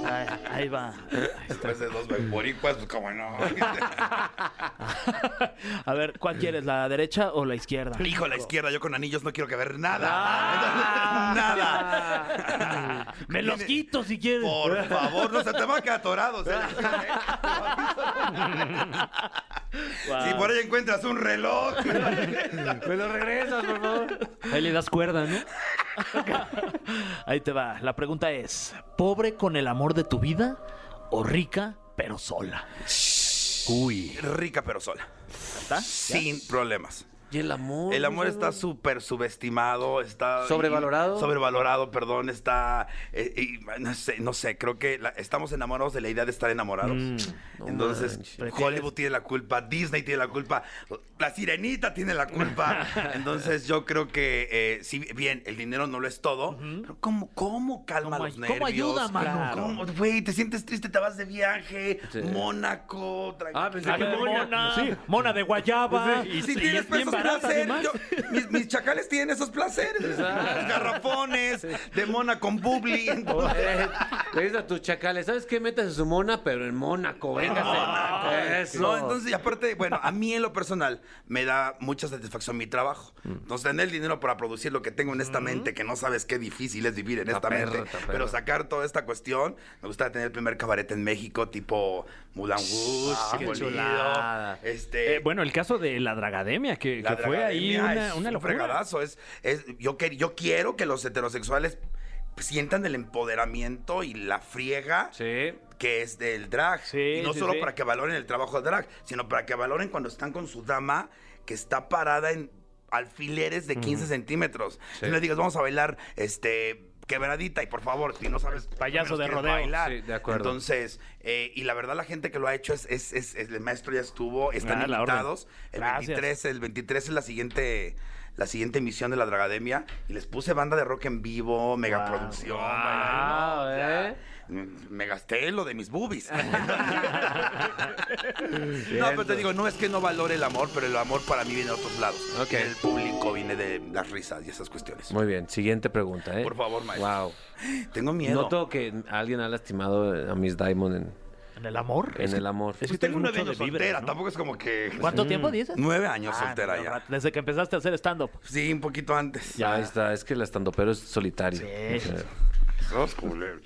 C: Ay, ahí va.
H: Después de dos boricuas, pues como no.
C: A ver, ¿cuál quieres, la derecha o la izquierda?
H: Hijo, la izquierda, yo con anillos no quiero que ver nada. Ah, nada.
C: Ah. Me los quito si quieres.
H: Por favor, no se te va a quedar atorado. o sea, Si por ahí encuentras un reloj.
B: Me lo regresas, por favor.
D: Ahí le das cuerda, ¿no?
C: Ahí te va. La pregunta es: ¿pobre con el amor de tu vida o rica pero sola? Uy.
H: Rica pero sola.
C: ¿Está?
H: Sin problemas.
B: Y el amor.
H: El amor
B: no sé,
H: está súper subestimado, está...
B: ¿Sobrevalorado?
H: sobrevalorado, perdón, está... eh, y, no sé, no sé, creo que la- estamos enamorados de la idea de estar enamorados.
B: Mm,
H: Entonces,
C: manches.
H: Hollywood tiene la culpa, Disney tiene la culpa, la sirenita tiene la culpa. Entonces, yo creo que, eh, si bien el dinero no lo es todo, pero ¿cómo, cómo calma
C: ¿Cómo
H: los
C: ay- cómo
H: nervios?
C: ayuda, mano?
H: Claro. ¿Cómo? Güey, te sientes triste, te vas de viaje,
B: Sí.
H: Mónaco,
B: Ah, pensé que
C: mona. Mona de guayaba.
H: y si tienes
D: es bien
H: esos
D: barata,
H: placeres,
D: además.
H: yo- mis, mis chacales tienen esos placeres. Los garrafones, de mona con bubli. entonces-
B: Eh, Le dices a tus chacales, ¿sabes qué? Métase su mona, pero en Mónaco, véngase. Eso.
H: No, entonces, y aparte, bueno, a mí en lo personal me da mucha satisfacción mi trabajo. Entonces, tener el dinero para producir lo que tengo en esta mente, que no sabes qué difícil es vivir en
B: Está
H: esta
B: perro,
H: mente,
B: está perro.
H: pero sacar toda esta cuestión, me gustaría tener el primer cabaret en México, tipo Mulan Rouge,
B: Ah, qué
H: Bolívar,
B: chulada.
H: este,
D: Eh, bueno, el caso de la Dragademia, que,
H: La
D: que fue ahí
H: dragademia
D: una,
H: es
D: una
H: un
D: locura.
H: fregadazo, Es, es- yo, que- yo quiero que los heterosexuales sientan el empoderamiento y la friega
B: Sí.
H: que es del drag.
C: Sí,
H: y no
C: sí,
H: solo
C: sí.
H: para que valoren el trabajo de drag, sino para que valoren cuando están con su dama que está parada en alfileres de 15 centímetros. No le digas, vamos a bailar este quebradita y por favor, si no sabes...
C: Payaso
H: menos
C: de
H: quieres
C: rodeo.
H: bailar.
B: Sí, de acuerdo.
H: Entonces, eh, y la verdad la gente que lo ha hecho es, es- es- es- el maestro ya estuvo, están
D: Ah, la orden.
H: invitados. El
C: Gracias.
H: 23, el 23 es la siguiente la siguiente emisión de la Dragademia y les puse banda de rock en vivo, megaproducción,
B: Guau,
H: bailarines,
B: ¿eh?
H: Mm, Me gasté lo de mis boobies. no, pero te digo, no es que no valore el amor, pero el amor para mí viene de otros lados.
B: Ok.
H: El público viene de las risas y esas cuestiones.
B: Muy bien, siguiente pregunta, ¿eh?
H: Por favor, maestro.
B: Wow.
H: Tengo miedo.
B: Noto que alguien ha lastimado eh, a Miss Diamond en,
C: ¿En el amor?
B: en el amor.
H: Pues
D: tú eres
H: tengo nueve
D: mucho de
H: años
D: vibras,
H: soltera,
D: ¿no?
H: tampoco es como que...
C: ¿Cuánto tiempo dices?
H: Nueve años
C: Ah,
H: soltera
C: no,
H: ya.
C: rato, Desde que empezaste a hacer stand-up.
H: Sí, un poquito antes.
B: Ya Ahí está, es que el estandopero es solitario. Eh,
C: Sí.
H: Sos culero.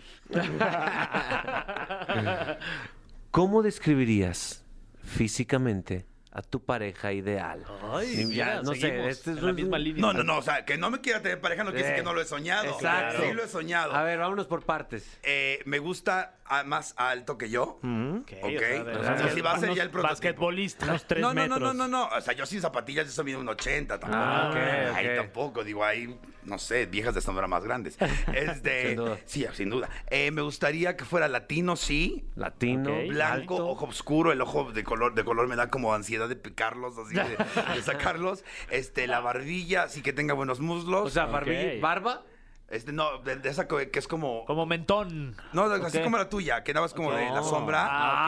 B: ¿Cómo describirías físicamente a tu pareja ideal?
C: Ay,
B: Y ya,
C: mira,
B: no sé,
C: seguimos
B: este es
C: en la
B: un-
C: misma línea.
H: No, no, no, o sea, que no me quiera tener pareja no quiere decir
B: Eh,
H: que no lo he soñado.
B: Exacto.
H: Sí lo he soñado.
B: A ver, vámonos por partes.
H: Eh, me gusta ah, más alto que yo. Ok.
C: Ok, o sea, de-
H: O sea,
D: Ah,
H: si va a ser ya el
C: unos
H: prototipo.
C: basquetbolistas.
D: Tres
H: no, no,
D: metros.
H: no, no, no, no. O sea, yo sin zapatillas, yo soy mido un 80 tampoco.
B: Ah, ok,
H: Ahí
B: ok.
H: tampoco, digo, ahí, no sé, viejas de sombra más grandes. Este,
B: Sin duda.
H: Sí, sin duda. Eh, me gustaría que fuera latino, sí.
B: Latino,
D: Ok.
H: Blanco,
B: alto.
H: ojo oscuro, el ojo de color, de color me da como ansiedad de picarlos, así de, de sacarlos. Este, la barbilla, sí que tenga buenos muslos.
B: O sea, barbi-
D: Ok.
B: barba.
H: Este, no, de, de esa que que es como.
C: Como mentón.
H: No, de- así
C: Ok.
H: como la tuya, que nada más como de la sombra.
C: Ah, ok,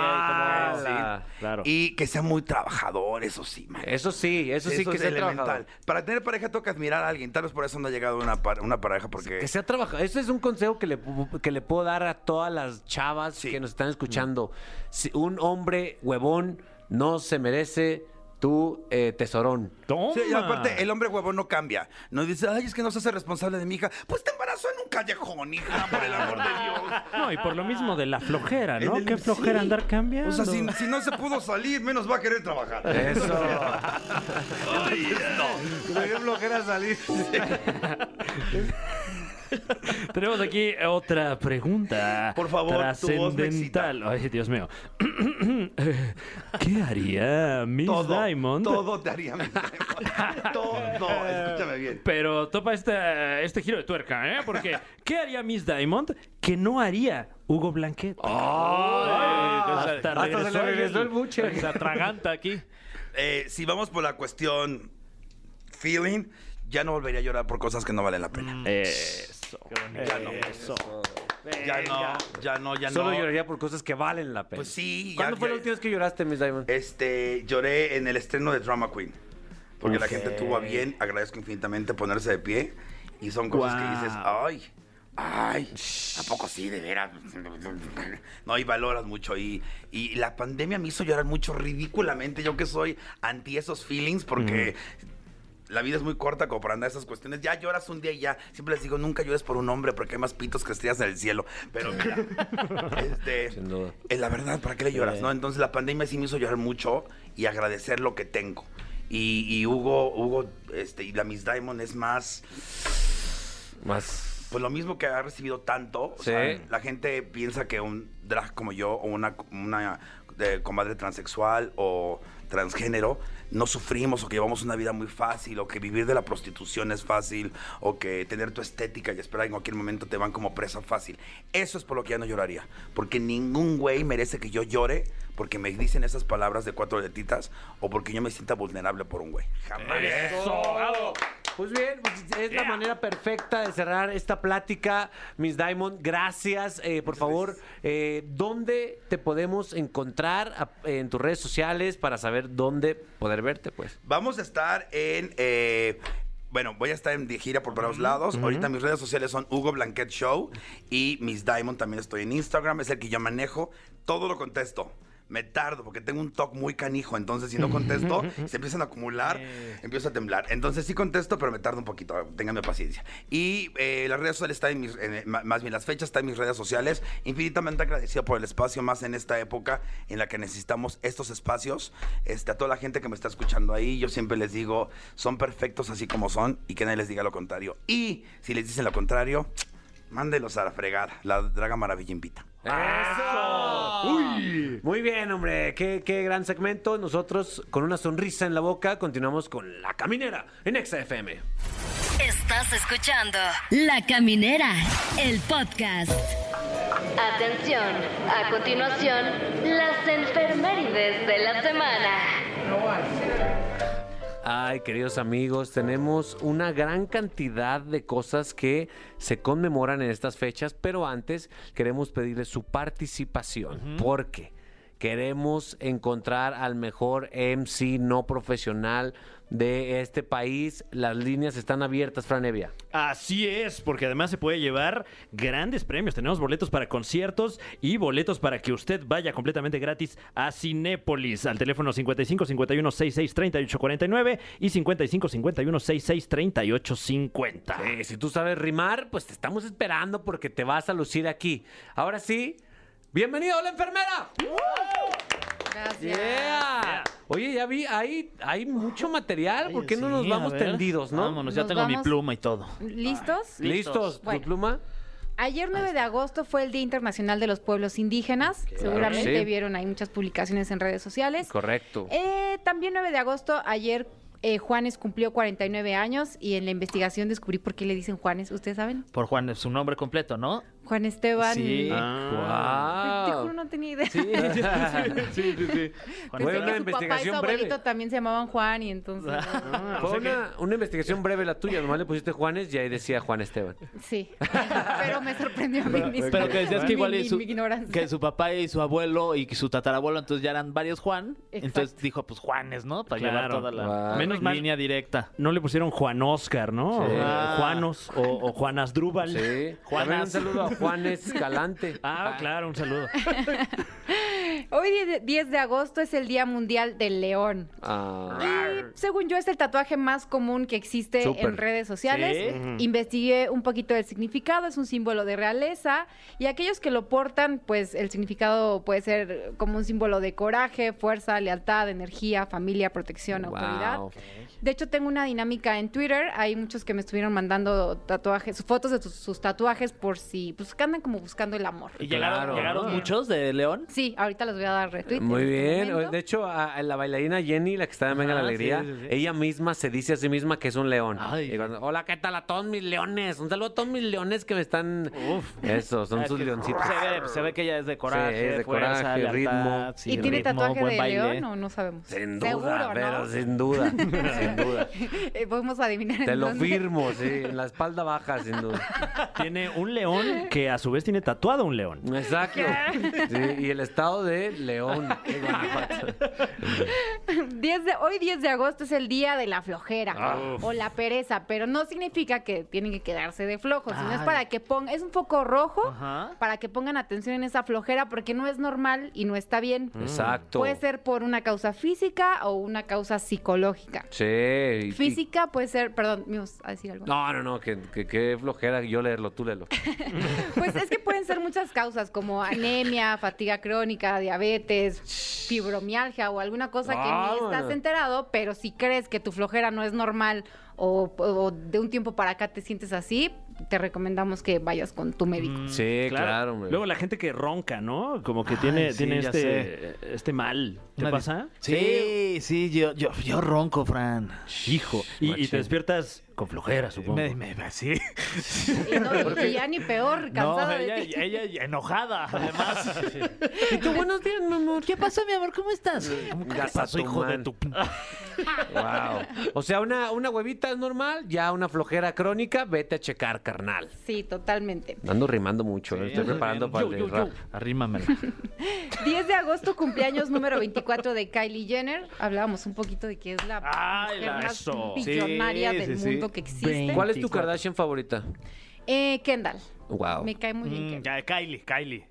C: como-
B: Ah,
D: sí, claro.
H: Y que sea muy trabajador, eso sí, man.
B: Eso sí, eso sí que
H: es
B: sea
H: elemental.
B: trabajador.
H: Para tener pareja toca admirar a alguien. Tal vez por eso no ha llegado una, par- una pareja porque...
B: Pues Que sea trabajador. Ese es un consejo que le, pu- que le puedo dar a todas las chavas
H: Sí.
B: que nos están escuchando. Si un hombre huevón no se merece tu eh, tesorón.
D: Toma.
H: Sí, y aparte, el hombre huevón no cambia. No dice, ay, es que no se hace responsable de mi hija. Pues te embarazó en un callejón, hija, por el amor de Dios.
D: No, y por lo mismo de la flojera, ¿no?
H: En el-
D: Qué flojera
H: sí.
D: andar cambiando.
H: O sea, si, si no se pudo salir, menos va a querer trabajar.
B: Eso.
H: Ay, no. Me dio flojera salir.
D: Tenemos aquí otra pregunta.
H: Por favor, tu voz me excita.
D: trascendental. Ay, Dios mío. ¿Qué haría Miss
H: Todo,
D: Diamond?
H: todo te haría mi Diamond. Todo, escúchame bien.
D: Pero topa esta- este giro de tuerca, ¿eh? Porque ¿qué haría Miss Diamond que no haría Hugo Blanquet? hasta,
B: hasta se le regresó el buche.
C: Se atraganta aquí.
H: Eh, si vamos por la cuestión feeling, ya no volvería a llorar por cosas que no valen la pena.
B: Mm.
D: Eso.
H: Ya no. Ya no, ya no, ya
B: Solo
H: no.
B: lloraría por cosas que valen la pena.
H: Pues sí, ya-
B: ¿Cuándo fue
H: ya-
B: la última vez que lloraste, Miss Diamond?
H: Este, lloré en el estreno de Drama Queen. Porque la gente tuvo a bien, agradezco infinitamente ponerse de pie. Y son cosas que dices, ay, ay, ¿a poco sí, de veras? No, y valoras mucho. Y, y la pandemia me hizo llorar mucho ridículamente. Yo que soy anti esos feelings porque... La vida es muy corta como para andar esas cuestiones. Ya lloras un día y ya. Siempre les digo, nunca llores por un hombre porque hay más pitos que estrellas en el cielo. Pero mira, este,
B: Sin duda.
H: eh, la verdad, ¿para qué le lloras? no? Entonces la pandemia sí me hizo llorar mucho y agradecer lo que tengo. Y, y Hugo, Hugo, este, y la Miss Diamond es más,
B: Más.
H: pues lo mismo que ha recibido tanto. O
B: Sí.
H: sea, la gente piensa que un drag como yo o una, una eh, comadre transexual o transgénero no sufrimos o que llevamos una vida muy fácil o que vivir de la prostitución es fácil o que tener tu estética y esperar en cualquier momento te van como presa fácil. Eso es por lo que ya no lloraría. Porque ningún güey merece que yo llore porque me dicen esas palabras de cuatro letitas o porque yo me sienta vulnerable por un güey. Jamás.
B: Pues bien, pues es la manera perfecta de cerrar esta plática, Miss Diamond. Gracias. Eh, por favor, eh, ¿dónde te podemos encontrar A- en tus redes sociales para saber dónde poder verte? Pues
H: Vamos a estar en. eh, bueno, voy a estar en de gira por varios lados. Ahorita mis redes sociales son Hugo Blanquet Show y Miss Diamond también estoy en Instagram, es el que yo manejo. Todo lo contesto. Me tardo porque tengo un talk muy canijo, entonces si no contesto, se empiezan a acumular, empiezo a temblar. Entonces sí contesto, pero me tardo un poquito, ténganme paciencia. Y eh, las redes sociales están en mis, en- eh, ma- más bien las fechas están en mis redes sociales. Infinitamente agradecido por el espacio, más en esta época en la que necesitamos estos espacios. Este, a toda la gente que me está escuchando ahí, yo siempre les digo, son perfectos así como son y que nadie les diga lo contrario. Y si les dicen lo contrario, mándelos a la fregada. La Draga Maravilla invita.
B: muy bien, hombre. Qué, qué gran segmento. Nosotros con una sonrisa en la boca continuamos con la caminera en XFM.
E: Estás escuchando La Caminera, el podcast. Atención, a continuación, las enfermerides de la semana.
B: Ay, queridos amigos, tenemos una gran cantidad de cosas que se conmemoran en estas fechas, pero antes queremos pedirles su participación, porque queremos encontrar al mejor MC no profesional de este país. Las líneas están abiertas, Franevia.
D: Así es, porque además se puede llevar grandes premios. Tenemos boletos para conciertos y boletos para que usted vaya completamente gratis a Cinépolis al teléfono 55 51 66 38 49 y 55 51 66 38 50.
B: Eh, si tú sabes rimar, pues te estamos esperando porque te vas a lucir aquí. Ahora sí, bienvenido a la enfermera.
I: Gracias.
B: Yeah.
D: Yeah.
B: Oye, ya vi, hay, hay mucho material. ¿Por qué no
C: Sí,
B: nos
C: a
B: vamos
C: ver.
B: tendidos, no?
C: Vámonos, ya
I: Nos
C: tengo mi
I: vamos-
C: pluma y todo.
I: ¿Listos?
B: ¿Listos?
I: Bueno.
B: ¿Tu pluma?
I: Ayer 9 de agosto fue el Día Internacional de los Pueblos Indígenas. Seguramente
B: sí.
I: vieron ahí muchas publicaciones en redes sociales.
B: Correcto.
I: Eh, también 9 de agosto, ayer eh, Juanes cumplió 49 años y en la investigación descubrí por qué le dicen Juanes, ¿ustedes saben?
C: Por Juan, su nombre completo, ¿no?
I: Juan Esteban.
C: Sí.
D: Ah.
I: Te juro,
B: ¡Wow!
I: no tenía idea.
C: Sí, sí, sí, sí.
I: Pensé
B: Fue
I: que su papá y su
B: una investigación breve.
I: abuelito también se llamaban Juan y entonces.
D: Ah, o sea
B: Fue
D: que-
B: una, una investigación breve la tuya, nomás le pusiste Juanes y ahí decía Juan Esteban.
I: Sí. Pero me sorprendió a mí misma.
C: Pero que decías que
I: Mi-
C: igual
I: mi-
C: y su,
I: mi ignorancia.
C: que su papá y su abuelo y su tatarabuelo entonces ya eran varios Juan.
I: Exacto.
C: Entonces dijo, pues Juanes, ¿no? Para llevar
D: Claro.
C: toda la
B: Wow.
D: Menos mal-
C: línea directa.
D: No le pusieron Juan Oscar, ¿no?
B: Sí.
D: O
C: Ah.
D: Juanos o, o Juan Asdrúbal.
B: Sí.
C: Juanas.
B: También un saludo a Juan Escalante.
D: Ah, claro, un saludo.
I: Hoy, die- 10 de agosto, es el Día Mundial del León.
B: Ah.
I: Y según yo es el tatuaje más común que existe
B: Súper.
I: en redes sociales.
C: Sí.
I: Ujú. Investigué un poquito del significado, es un símbolo de realeza y aquellos que lo portan, pues el significado puede ser como un símbolo de coraje, fuerza, lealtad, energía, familia, protección,
B: Wow.
I: autoridad. De hecho, tengo una dinámica en Twitter. Hay muchos que me estuvieron mandando tatuajes, fotos de sus, sus tatuajes por si, pues que andan como buscando el amor.
C: ¿Y llegaron,
B: Claro.
C: llegaron muchos de León?
I: Sí, ahorita les voy a dar retweet.
B: Muy
I: en este
B: bien.
I: momento. Ah,
B: De hecho, a, a la bailarina Jenny, la que está en Venga la
C: Ajá,
B: Alegría,
C: sí, sí, sí.
B: ella misma se dice a sí misma que es un león.
C: Ay.
B: Y cuando, Hola, ¿qué tal a todos mis leones? Un saludo a todos mis leones que me están... Eso, son
I: Ah,
C: Es
B: sus
C: Ah, que
B: leoncitos.
C: Se ve, se ve que ella es de coraje,
B: es de
C: fuerza,
B: coraje,
C: lealtad,
B: ritmo.
C: sí,
I: ¿Y tiene
C: ritmo,
I: tatuaje
C: buen
I: de
C: baile.
I: león o no sabemos?
B: Sin duda,
I: Seguro,
B: pero
I: ¿no?
B: sin duda, sin duda.
I: Eh, Podemos adivinar
B: Te
I: en
B: lo
I: dónde.
B: firmo, sí, en la espalda baja, sin duda.
D: Tiene un león que a su vez tiene tatuado un león.
B: Exacto. Sí, y el estado de León. de Guanajuato.
I: 10 de, hoy 10 de agosto es el día de la flojera o
B: Ah,
I: la pereza, pero no significa que tienen que quedarse de flojos, sino Pues es
C: Ay.
I: para que pongan, es un foco rojo
C: Ajá.
I: para que pongan atención en esa flojera porque no es normal y no está bien.
B: Exacto.
I: Puede ser por una causa física o una causa psicológica.
B: Sí. y-
I: Física puede ser, perdón, ¿me ibas a decir algo?
B: No, no, no, que, que- qué flojera yo leerlo, tú léelo.
I: Pues es que pueden ser muchas causas, como anemia, fatiga crónica, diabetes, fibromialgia o alguna cosa que ni
B: Vámonos.
I: estás enterado, pero si crees que tu flojera no es normal o, o de un tiempo para acá te sientes así, te recomendamos que vayas con tu médico.
B: Sí, claro, hombre.
D: Mm, Luego la gente que ronca, ¿no? Como que
C: Ay,
D: tiene,
C: sí,
D: tiene
C: ya
D: este, este mal. ¿Te
C: Una dis-
D: pasa?
C: Sí, sí, yo, yo, yo ronco, Fran.
D: Hijo. Y, y te
B: Machín.
D: despiertas con flojera, supongo.
C: Me, me, sí.
I: Y, no, y ya ni peor, cansada
C: No,
I: de
C: ella,
I: ti.
C: ella enojada, además.
B: ¿Y tú buenos días, mi amor?
C: ¿Qué pasó, mi amor? ¿Cómo estás? ¿Cómo que
B: Ya
C: qué pasó,
B: está
C: hijo de
B: tu
C: tu...?
B: Wow. O sea, una, una huevita es normal, ya una flojera crónica, vete a checar, carnal.
I: Sí, totalmente.
B: Ando rimando mucho, eh, estoy preparando para el rap.
C: Arrímamela.
I: 10 de agosto, cumpleaños número 24 de Kylie Jenner. Hablábamos un poquito de que es la
D: Ay,
I: mujer
D: la-
I: más
D: eso.
I: billonaria
C: Sí,
I: del
C: sí, sí.
I: mundo que existe.
B: ¿Cuál es tu
D: 24?
B: Kardashian favorita?
I: Eh, Kendall.
B: Wow.
I: Me cae muy bien Kendall.
C: ya, Kylie, Kylie.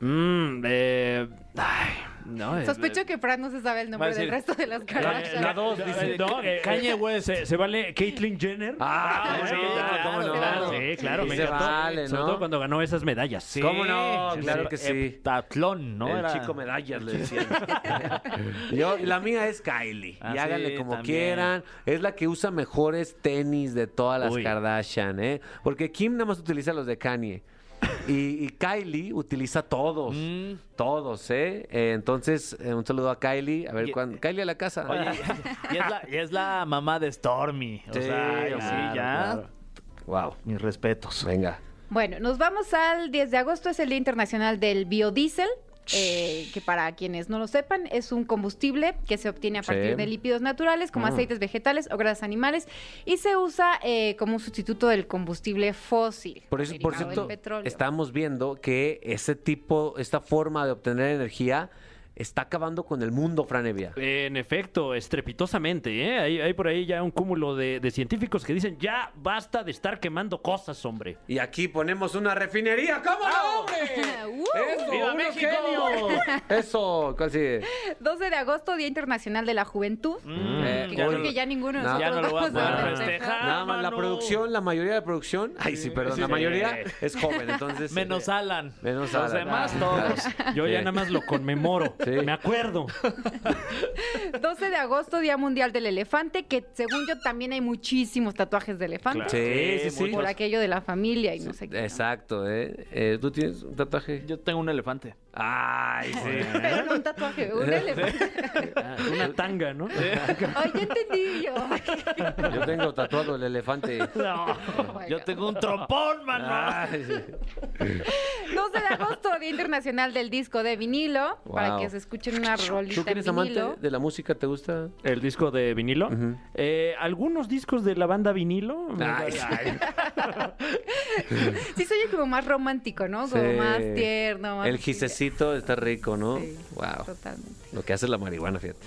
D: Mm, eh, ay, no, eh,
I: Sospecho que Fran no se sabe el nombre
C: Va a
I: del
C: decir-
I: resto de las
D: eh,
I: Kardashian.
D: la dos,
C: Ya,
D: dice.
C: eh,
D: No, eh,
C: Kanye West.
D: ¿Se, se vale Caitlyn Jenner?
B: Ah,
D: bueno,
C: sí, claro,
D: cómo no.
C: claro.
D: Sí, claro,
B: Sí,
D: me
B: se
D: encantó.
B: vale,
D: Sobre
B: ¿no?
D: todo cuando ganó esas medallas. Sí.
B: ¿Cómo no?
C: Sí,
B: claro
C: sí,
B: que sí.
C: Heptatlón, ¿no?
B: El
C: Era-
B: chico medallas, le decían. Yo, la mía es Kylie.
C: Ah,
B: y
C: sí,
B: háganle como
C: también.
B: quieran. Es la que usa mejores tenis de todas las
D: Uy.
B: Kardashian, ¿eh? Porque Kim nada más utiliza los de Kanye. Y, y Kylie utiliza todos.
C: Mm.
B: Todos, ¿eh? Eh, Entonces, eh, un saludo a Kylie. A ver,
C: Y-
B: cuándo- Kylie a la casa.
C: Oye, y es, la, y es la mamá de Stormy. O
B: Sí,
C: sea, y
B: claro,
C: sí, ya.
B: claro. Wow.
C: Mis respetos.
B: Venga.
I: Bueno, nos vamos al 10 de agosto, es el Día Internacional del Biodiesel. eh, que para quienes no lo sepan es un combustible que se obtiene a
B: Sí.
I: partir de lípidos naturales como
B: Mm.
I: aceites vegetales o grasas animales y se usa eh, como un sustituto del combustible fósil.
B: Por eso, por
I: derivado del
B: cierto,
I: petróleo.
B: estamos viendo que ese tipo, esta forma de obtener energía está acabando con el mundo, Franevia.
D: En efecto, estrepitosamente. ¿eh? Hay, hay por ahí ya un cúmulo de, de científicos que dicen, ya basta de estar quemando cosas, hombre.
B: Y aquí ponemos una refinería. ¿Cómo no,
I: ¡Uh!
B: ¡Eso!
D: ¡Viva
B: unos
D: México!
B: genios! Eso, ¿cuál sigue?
I: 12 de agosto, Día Internacional de la Juventud.
B: Eh,
I: Mm, que creo
B: hoy-
I: que ya ninguno de
B: no,
I: nosotros
C: ya no lo vamos
I: vamos
B: a
I: a
B: festejar.
D: Ah,
B: Nada más la
D: mano.
B: producción, la mayoría de la producción. Ay, sí, perdón, la
D: Sí.
B: mayoría es joven, entonces. eh,
C: Menos Alan.
B: Menos
C: Los
B: Alan.
C: demás,
B: Ah,
C: todos.
D: Yo ya
B: Sí.
D: nada más lo conmemoro.
B: Sí.
D: Me acuerdo.
I: 12 de agosto, Día Mundial del Elefante, que según yo también hay muchísimos tatuajes de elefante.
B: Sí, sí, sí.
I: Por aquello de la familia y no sé qué. ¿no?
B: Exacto, ¿eh? Eh, ¿Tú tienes un tatuaje?
C: Yo tengo un elefante.
B: Ay, sí.
I: Pero no un tatuaje, un elefante.
D: Ah, Una tanga, ¿no?
I: Ay, ya entendí yo.
B: Yo tengo tatuado el elefante.
D: No.
I: Oh my
C: Yo
I: God.
C: tengo un trompón,
I: Ah,
C: mano.
B: Ay, sí.
I: 12 de agosto, Día Internacional del Disco de Vinilo, para
B: Wow.
I: que se escuchen una rolita
B: ¿Tú que
I: en
B: eres amante
I: vinilo.
B: de la música? ¿Te gusta?
D: El disco de vinilo.
B: Ujú.
D: Eh, Algunos discos de la banda vinilo. me
B: Ay,
D: parece-
B: sí.
I: Sí, se oye como más romántico, ¿no? Como
B: Sí.
I: más tierno. Más
B: El gisecito está rico, ¿no?
I: Sí,
B: Wow.
I: Totalmente.
B: Lo que hace la marihuana, fíjate.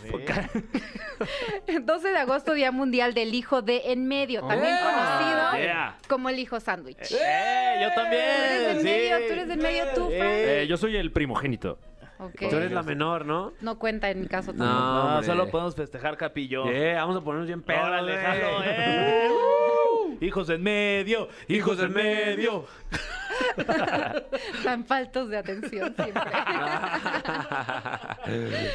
I: 12 de agosto, Día Mundial del Hijo de En Medio, también
B: Oh.
I: conocido
D: Yeah.
I: como el Hijo Sándwich.
C: ¡Eh!
I: Tú
C: Yo
I: eres
C: también.
I: del
C: sí.
I: medio, tú eres del medio, tú, Fran.
D: Eh, yo soy el primogénito.
I: Ok.
B: Tú eres la menor, ¿no?
I: No cuenta en mi caso
B: No.
I: tampoco.
C: No,
B: Hombre.
C: solo podemos festejar Capillo.
B: Eh, vamos a ponernos bien pedo.
C: Órale,
B: güey.
C: jalo, eh. Hijos en medio, hijos en medio.
I: Tan faltos de atención siempre.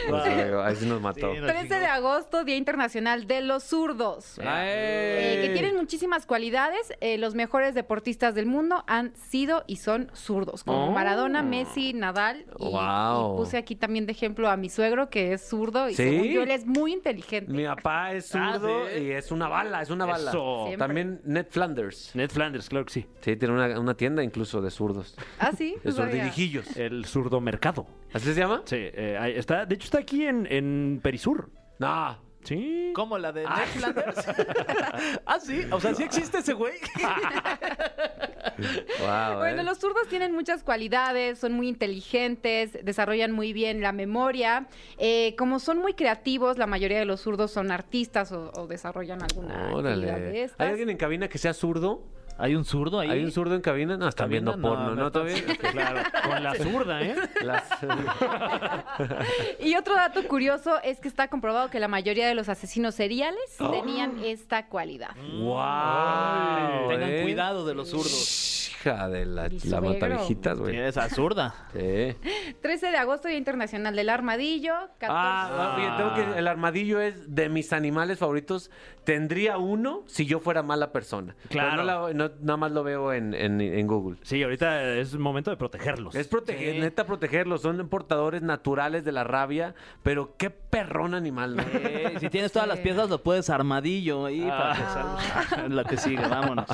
B: No sé, güey, Ahí sí nos mató.
C: Sí, no.
I: 13 de agosto, Día Internacional de los Zurdos. Eh, que tienen muchísimas cualidades. Eh, los mejores deportistas del mundo han sido y son zurdos, como
D: Oh.
I: Maradona, Messi, Nadal. Y,
B: Wow.
I: y puse aquí también de ejemplo a mi suegro, que es zurdo, y
B: ¿Sí?
I: según yo, él es muy inteligente.
B: Mi papá es zurdo
C: Ah, ¿sí?
B: y es una bala, es una bala.
D: Eso.
I: Siempre.
B: También Ned Flanders.
D: Ned Flanders, claro que sí.
B: Sí, tiene una, una tienda incluso de zurdos.
I: Ah, sí.
B: De
I: no sabía.
B: zurdirijillos.
D: El zurdo mercado.
B: ¿Así se llama?
D: Sí, eh, ahí está. De hecho, está aquí en, en Perisur.
B: No.
D: Sí.
C: ¿Cómo la de Ned Flanders? ah, sí. O sea, sí existe ese güey.
B: Wow,
I: Bueno, los zurdos tienen muchas cualidades, son muy inteligentes, desarrollan muy bien la memoria. Eh, como son muy creativos, la mayoría de los zurdos son artistas o, o desarrollan alguna actividad de
B: Órale.
I: estas.
B: ¿Hay alguien en cabina que sea zurdo?
C: ¿Hay un zurdo ahí?
B: ¿Hay un zurdo en cabina? No, están
C: Cabina,
B: viendo
C: no, no
B: porno, ¿no?
C: están-
B: ¿Todavía?
D: Claro, con la zurda, ¿eh?
B: Las-
I: Y otro dato curioso es que está comprobado que la mayoría de los asesinos seriales
B: Oh.
I: tenían esta cualidad.
B: ¡Wow!
C: Tengan
B: ¿eh?
C: cuidado de los zurdos.
B: Hija de la,
I: Mi
B: la
I: suegro.
B: matavijitas, güey.
C: Esa zurda.
B: Sí.
I: 13 de agosto, Día Internacional del Armadillo. 14
B: Ah, oye, tengo que el armadillo es de mis animales favoritos. Tendría uno si yo fuera mala persona. Pero
D: Claro.
B: no la- no- nada más lo veo en, en- en Google.
D: Sí, ahorita es momento de protegerlos.
B: Es proteger,
C: Sí.
B: neta protegerlos, son portadores naturales de la rabia, pero qué perrón animal. ¿no?
C: Eh, si tienes todas las piezas, lo puedes armadillo ahí para que salga. La que sigue, vámonos.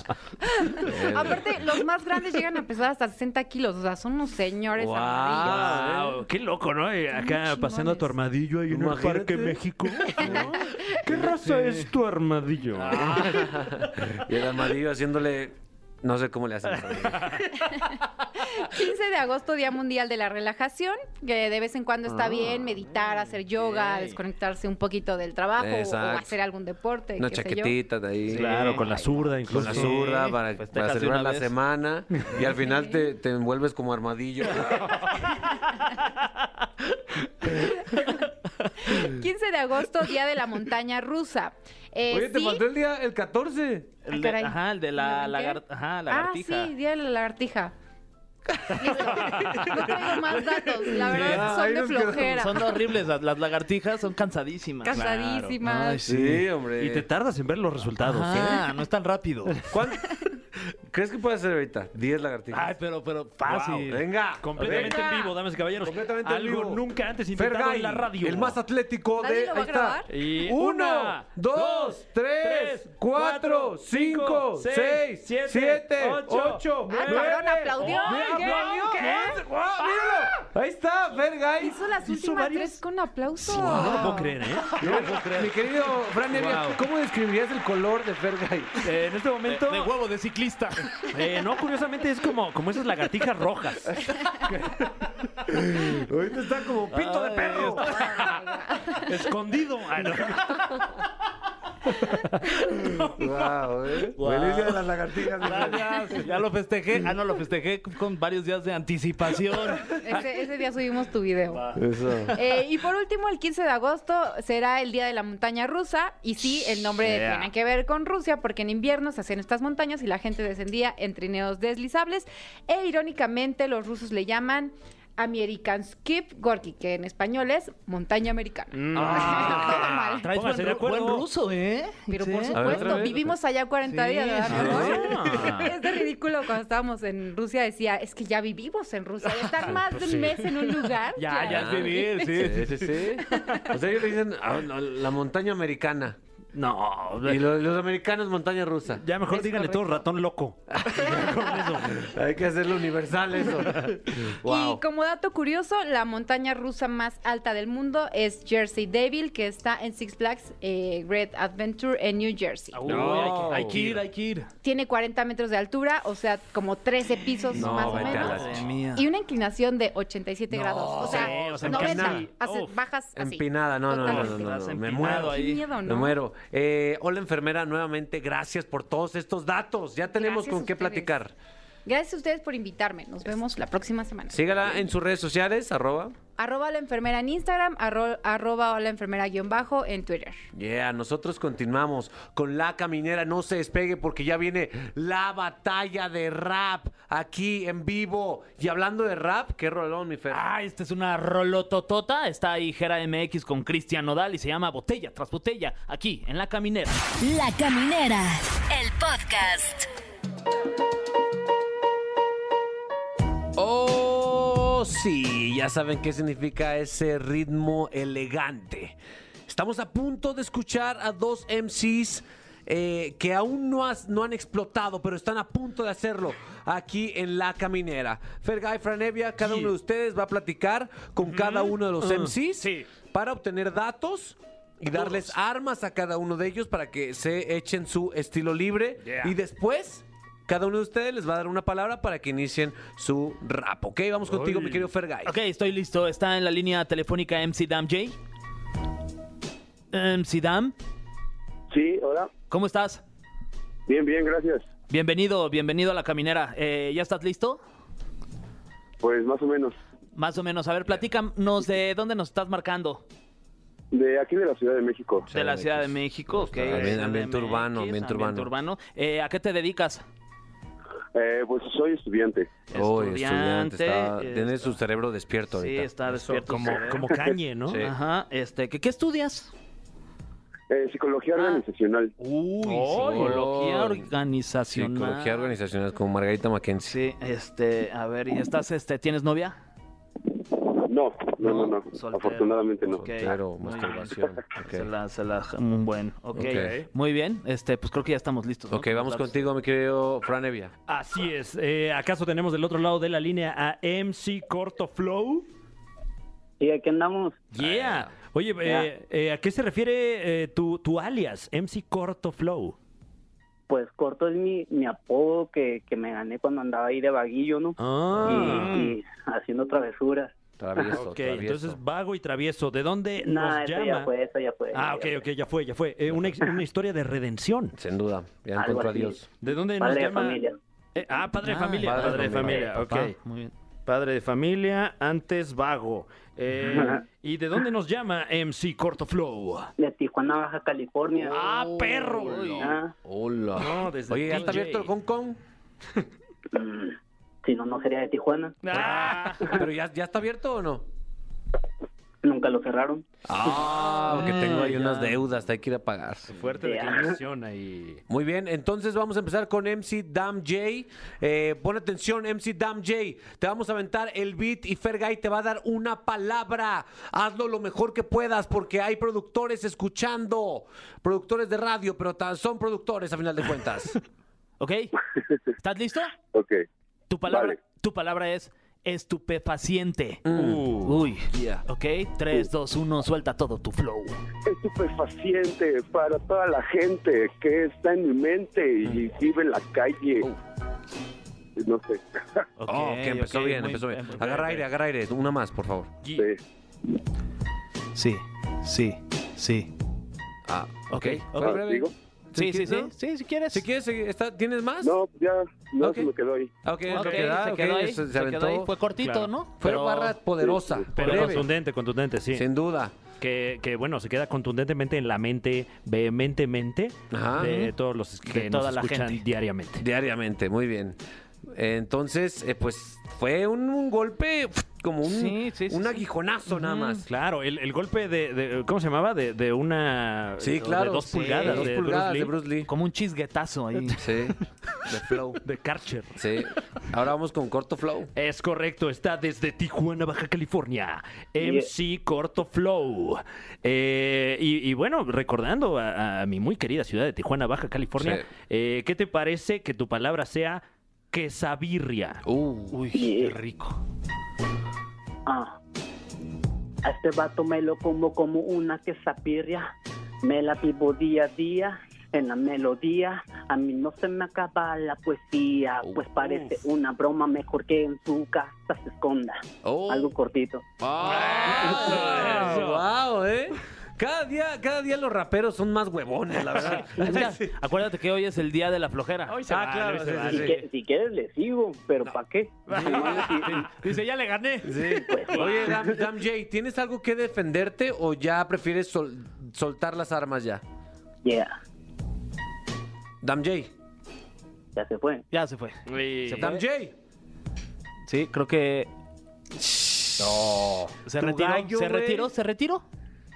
I: Aparte, los más grandes llegan a pesar hasta 60 kilos. O sea, son unos señores
B: Guau.
I: armadillos.
D: Wow, qué loco, ¿no? Eh, Acá
I: chingones.
D: paseando a tu armadillo ahí en el
B: Ah. Imagínate.
D: Parque México. ¿no? ¿Qué raza es tu armadillo?
B: Ah, y el armadillo haciéndole, no sé cómo le hacen.
I: 15 de agosto, Día Mundial de la Relajación. Que de vez en cuando
B: Ah,
I: está bien meditar, hacer yoga,
C: ok.
I: desconectarse un poquito del trabajo o- o
B: Exacto.
I: hacer algún deporte.
B: Una
I: qué sé yo.
B: chaquetita de ahí.
D: Claro, con la zurda
B: Con
D: incluso.
B: la zurda para,
C: Festejas de
B: para celebrar
C: una
B: la
C: vez.
B: semana y al final te, te envuelves como armadillo.
I: 15 de agosto, Día de la Montaña Rusa. Eh,
B: Oye, te
I: sí,
B: faltó el día, el 14.
C: El
I: Ah,
C: de,
I: caray.
C: ajá, el de la
I: ¿Me brinqué?
C: lagar- ajá, lagartija.
I: Ah, sí, día de la lagartija. Listo. No traigo más datos. La verdad,
B: ah,
I: son
B: ahí
I: de
B: nos quedamos.
I: flojera.
C: Son horribles, las, las lagartijas son cansadísimas.
I: Cansadísimas.
C: Ay,
B: Sí, hombre.
D: Y te tardas en ver los resultados. ¿eh?
C: Ajá, Ah, no es tan rápido.
B: ¿Cuán- ¿Crees que puedes hacer ahorita? 10 lagartijas.
C: Ay, pero, pero
B: Wow,
C: fácil.
B: Venga.
D: Ah, Completamente
B: Venga.
D: en vivo, damas y caballeros.
B: Completamente en
D: Algo
B: vivo.
D: nunca antes
B: Fer
D: intentado
B: Gay,
D: en la radio.
B: El más atlético
I: ¿Nadie
B: de.
I: lo va a
B: ahí está.
I: grabar?
D: Y
B: Uno,
D: una,
B: dos, tres, cuatro, cinco, seis, siete, ocho,
I: Ah,
B: nueve.
I: cabrón, aplaudió.
B: Mira,
I: ¿Qué?
B: aplaudió.
I: ¿Qué? Ah.
B: ¿Qué? ¡Guau, míralo! Ahí está, Fergay.
I: Hizo las
D: Hizo
I: últimas
D: varios-
I: tres con aplauso.
D: No, no lo puedo creer, ¿eh?
B: Mi querido Fran Evia,
D: Wow.
B: ¿cómo describirías el color de Fergay?
D: Eh, en este
C: De,
D: momento.
C: de huevo de ciclista.
D: eh, no, curiosamente es como, como esas lagartijas rojas.
B: Ahorita está como pito de perro.
D: Escondido. Ah, no.
B: Wow, ¿eh? Feliz día de las lagartijas. mi Fer.
C: Gracias. Ah, Ya lo festejé. Ah, no, lo festejé con varios días de anticipación.
I: Ese, ese día subimos tu video.
B: Eso.
I: Eh, y por último, el 15 de agosto será el Día de la Montaña Rusa. Y sí, el nombre
D: Yeah.
I: tiene que ver con Rusia, porque en invierno se hacían estas montañas y la gente descendía en trineos deslizables. E irónicamente, los rusos le llaman Amerikanskip Gorki, que en español es montaña americana.
B: Ah,
I: Todo mal.
C: Ah, Traes buen,
D: Póngase de
C: ru- buen
D: acuerdo.
C: ruso, ¿eh?
I: Pero
C: Sí.
I: por
B: A ver, otra
I: supuesto,
B: vez.
I: vivimos allá 40
C: Sí,
I: días, ¿verdad, mi
D: sí.
I: amor? Es de ridículo cuando estábamos en Rusia, decía, es que ya vivimos en Rusia, ya estar más de un mes en un lugar.
D: Ya, ya es vivir, sí.
B: Sí, sí, sí. O sea, ellos le dicen ah, la, la montaña americana.
D: No,
B: Y lo- los, americanos montaña rusa.
D: ya mejor
I: Es
D: díganle todo
I: correcto.
D: ratón loco.
B: Hay que hacerlo universal eso.
I: Y
B: wow.
I: como dato curioso, la montaña rusa más alta del mundo es Jersey Devil, que está en Six Flags eh, Great Adventure en New Jersey.
D: Uy,
B: No.
D: hay, que, hay que ir, hay que ir.
I: Tiene 40 metros de altura, o sea, como 13 pisos
B: No,
I: más o
B: vete a la
I: menos.
C: Madre mía.
I: Y una inclinación de 87
C: No,
I: grados. O sea,
D: sí, o sea,
I: 90,
B: empinada.
I: haces-
D: Uf,
I: bajas así.
B: Empinada, no, no, no, no,
I: Totalmente.
B: no, no,
C: Estás
B: me
C: empinado
B: muero.
I: Qué miedo,
B: Me
I: ¿no?
B: muero. Eh, hola enfermera, nuevamente, gracias por todos estos datos. Ya tenemos
I: Gracias
B: con
I: a
B: qué
I: ustedes.
B: platicar.
I: Gracias a ustedes por invitarme. Nos vemos la próxima semana.
B: Sígala en sus redes sociales, arroba.
I: Arroba la enfermera en Instagram, arro- arroba la enfermera guión bajo en Twitter.
B: Yeah, nosotros continuamos con La Caminera. No se despegue porque ya viene la batalla de rap aquí en vivo. Y hablando de rap, qué rolón, mi Fer.
C: Ah, esta es una rolototota. Está ahí Gera MX con Cristian Nodal y se llama Botella tras Botella, aquí en la caminera.
E: La Caminera, el podcast.
B: Oh, sí, ya saben qué significa ese ritmo elegante. Estamos a punto de escuchar a dos MCs eh, que aún no, has- no han explotado, pero están a punto de hacerlo aquí en La Caminera. Fergay Franevia, cada uno de ustedes va a platicar con cada uno de los MCs
D: Ah, sí.
B: para obtener datos. Y darles armas a cada uno de ellos para que se echen su estilo libre.
D: Yeah.
B: Y después cada uno de ustedes les va a dar una palabra para que inicien su rap, ¿ok? Vamos contigo,
D: Uy.
B: mi querido Fergay.
C: Ok, estoy listo. Está en la línea telefónica MC Dam J. MC Dam,
J: Sí, hola.
C: ¿cómo estás?
J: Bien, bien, gracias.
C: Bienvenido, bienvenido a la caminera. Eh, ¿Ya estás listo?
J: Pues más o menos.
C: Más o menos. A ver, platícanos de dónde nos estás marcando.
J: De aquí de la Ciudad de México.
C: De la Ciudad de México, ok.
B: Está bien,
C: Ciudad de
B: ambiente
C: MX,
B: urbano, ambiente urbano.
C: Eh, ¿A qué te dedicas?
J: Eh, pues soy estudiante.
B: Oh, estudiante, está,
C: eh,
B: tiene
C: está-
B: su cerebro despierto
C: Sí,
B: ahorita.
C: está despierto.
D: Como,
C: sí.
D: como cañe, ¿no?
B: Sí.
C: Ajá, este, ¿qué, qué estudias?
J: Eh, psicología
C: Ah.
J: organizacional.
C: Uy,
D: Oh.
B: Ay.
C: psicología
B: Ay.
C: organizacional.
B: Psicología organizacional como Margarita Mackenzie.
C: Sí, este, a ver, ¿y estás, este, tienes novia?
J: No, no, no, no.
C: soltero.
J: Afortunadamente no.
C: Ok,
B: Soltero,
C: muy bien.
B: masturbación.
C: Se
B: Ok,
C: la, se la, un buen, ok.
B: Ok.
C: Muy bien, este, pues creo que ya estamos listos. ¿no?
B: Ok, vamos
C: Claro.
B: contigo, mi querido Fran Evia.
D: Así es. Eh, ¿Acaso tenemos del otro lado de la línea a MC Corto Flow?
K: Y aquí andamos.
D: Yeah. Oye, eh, eh, ¿a qué se refiere eh, tu, tu alias, MC Corto Flow?
K: Pues corto es mi, mi apodo que, que me gané cuando andaba ahí de vaguillo, ¿no?
B: Ah.
C: Ah.
K: Y, y haciendo travesuras.
B: Mm. Travieso,
D: Ok,
B: travieso.
D: entonces vago y travieso. ¿De dónde
K: Nada,
D: nos
K: eso
D: llama?
K: ya fue, eso ya fue.
D: Ah, ok,
K: eso ya
D: ok, ya fue, ya fue. Eh, una, ex- una historia de redención.
B: Sin duda, ya
K: Algo
B: encontró a
K: así.
B: Dios.
D: ¿De dónde
K: fue. Padre
D: nos
K: de
D: llama?
K: familia.
D: Eh, ah, padre de
C: Ah,
D: familia.
B: padre de familia,
C: Papá, muy bien.
D: Padre de familia, antes vago. Eh, ¿Y de dónde nos llama MC Corto Flow?
K: De Tijuana, Baja California.
D: ¡Ah, perro!
K: Ah,
B: Hola.
D: No, desde
B: Oye, ¿ya está
D: DJ.
B: abierto el Hong Kong?
K: mm, si no, no sería de Tijuana.
D: Ah,
B: ¿Pero ya, ya está abierto o no?
K: Nunca lo cerraron.
B: Ah, porque tengo ahí
C: ya.
B: unas deudas, hay que ir a pagar.
D: fuerte declaración ahí.
B: Muy bien, entonces vamos a empezar con MC Dam J. Eh, pon atención, MC Dam J. Te vamos a aventar el beat y Fergay te va a dar una palabra. Hazlo lo mejor que puedas porque hay productores escuchando. Productores de radio, pero ta- son productores a final de cuentas.
C: Ok, ¿estás listo?
J: Ok.
C: Tu palabra,
J: Vale.
C: tu palabra es estupefaciente.
B: Mm.
C: Uy.
B: Yeah.
C: Ok, 3, 2, 1, suelta todo tu flow.
J: Estupefaciente para toda la gente que está en mi mente y vive en la calle. No sé.
C: Ok,
B: Oh, que empezó
C: ok,
B: bien,
C: muy-
B: empezó bien.
C: muy-
B: Agarra aire, agarra aire. Una más, por favor.
J: Sí.
C: Sí, sí, sí.
B: Ah, ok.
C: ok.
B: Fue breve.
J: ¿Digo?
C: Sí, sí, sí,
B: ¿No?
C: sí, si quieres.
B: Si quieres, seguir- está- ¿tienes más?
J: No, ya, no
B: Ok.
J: se me quedó ahí.
B: Ah, Ok,
C: Ok,
B: se queda,
C: se
B: ok,
C: quedó ahí,
B: se- se
C: se quedó
B: aventó.
C: ahí. Fue cortito,
D: Claro.
C: ¿no?
B: Fue
C: Pero-
B: barra poderosa.
D: Pero
B: breve.
D: contundente, contundente, sí.
B: Sin duda.
D: Que, que, bueno, se queda contundentemente en la mente, vehementemente,
B: Ajá.
D: de todos los que
C: De
D: nos
C: toda la
D: escuchan
C: gente.
D: diariamente.
B: Diariamente, muy bien. Entonces, eh, pues fue un, un golpe como un,
C: Sí, sí, sí,
B: un
C: sí.
B: aguijonazo nada
C: Mm.
B: más.
D: Claro, el, el golpe de, de- ¿Cómo se llamaba? De, de una.
B: Sí, claro,
D: De dos
B: sí,
D: pulgadas.
B: dos
D: de
B: pulgadas de
D: Bruce
B: Bruce Lee.
C: Como un chisguetazo ahí.
B: Sí, de flow.
D: Lee. De Karcher.
B: Sí. Ahora vamos con corto flow.
D: Es correcto, está desde Tijuana, Baja California.
K: Yeah.
D: MC Corto Flow. Eh, y, y bueno, recordando a, a mi muy querida ciudad de Tijuana, Baja California,
B: Sí.
D: eh, ¿qué te parece que tu palabra sea quesabirria?
B: Uh,
D: Uy,
K: Yeah.
C: eh,
D: qué rico.
K: Ah. A este vato me lo como como una quesapirria. Me la vivo día a día en la melodía. A mí no se me acaba la poesía.
B: Uf.
D: uh.
K: Pues parece una broma. Mejor que en su casa se esconda.
B: oh.
K: Algo cortito.
D: Eso,
B: Ah,
D: eso.
B: guau, ¿eh? Cada día, cada día los raperos son más huevones, la verdad.
C: Mira, Acuérdate que hoy es el día de la flojera.
D: Hoy se
B: Ah,
D: vale,
B: claro,
D: hoy se
B: sí, sí,
D: vale.
K: Si, que- si quieres le sigo, pero ¿para qué?
C: Dice, ya le gané.
B: Oye, Dam, Dam J, ¿tienes algo que defenderte o ya prefieres sol- soltar las armas ya?
K: Yeah,
B: Dam J.
K: ya se fue.
C: Ya se fue.
D: Uy.
B: Dam J.
C: Sí, creo que. No. Se
B: Tu
C: retiró.
B: gallo,
C: se
B: güey.
C: retiró, se retiró.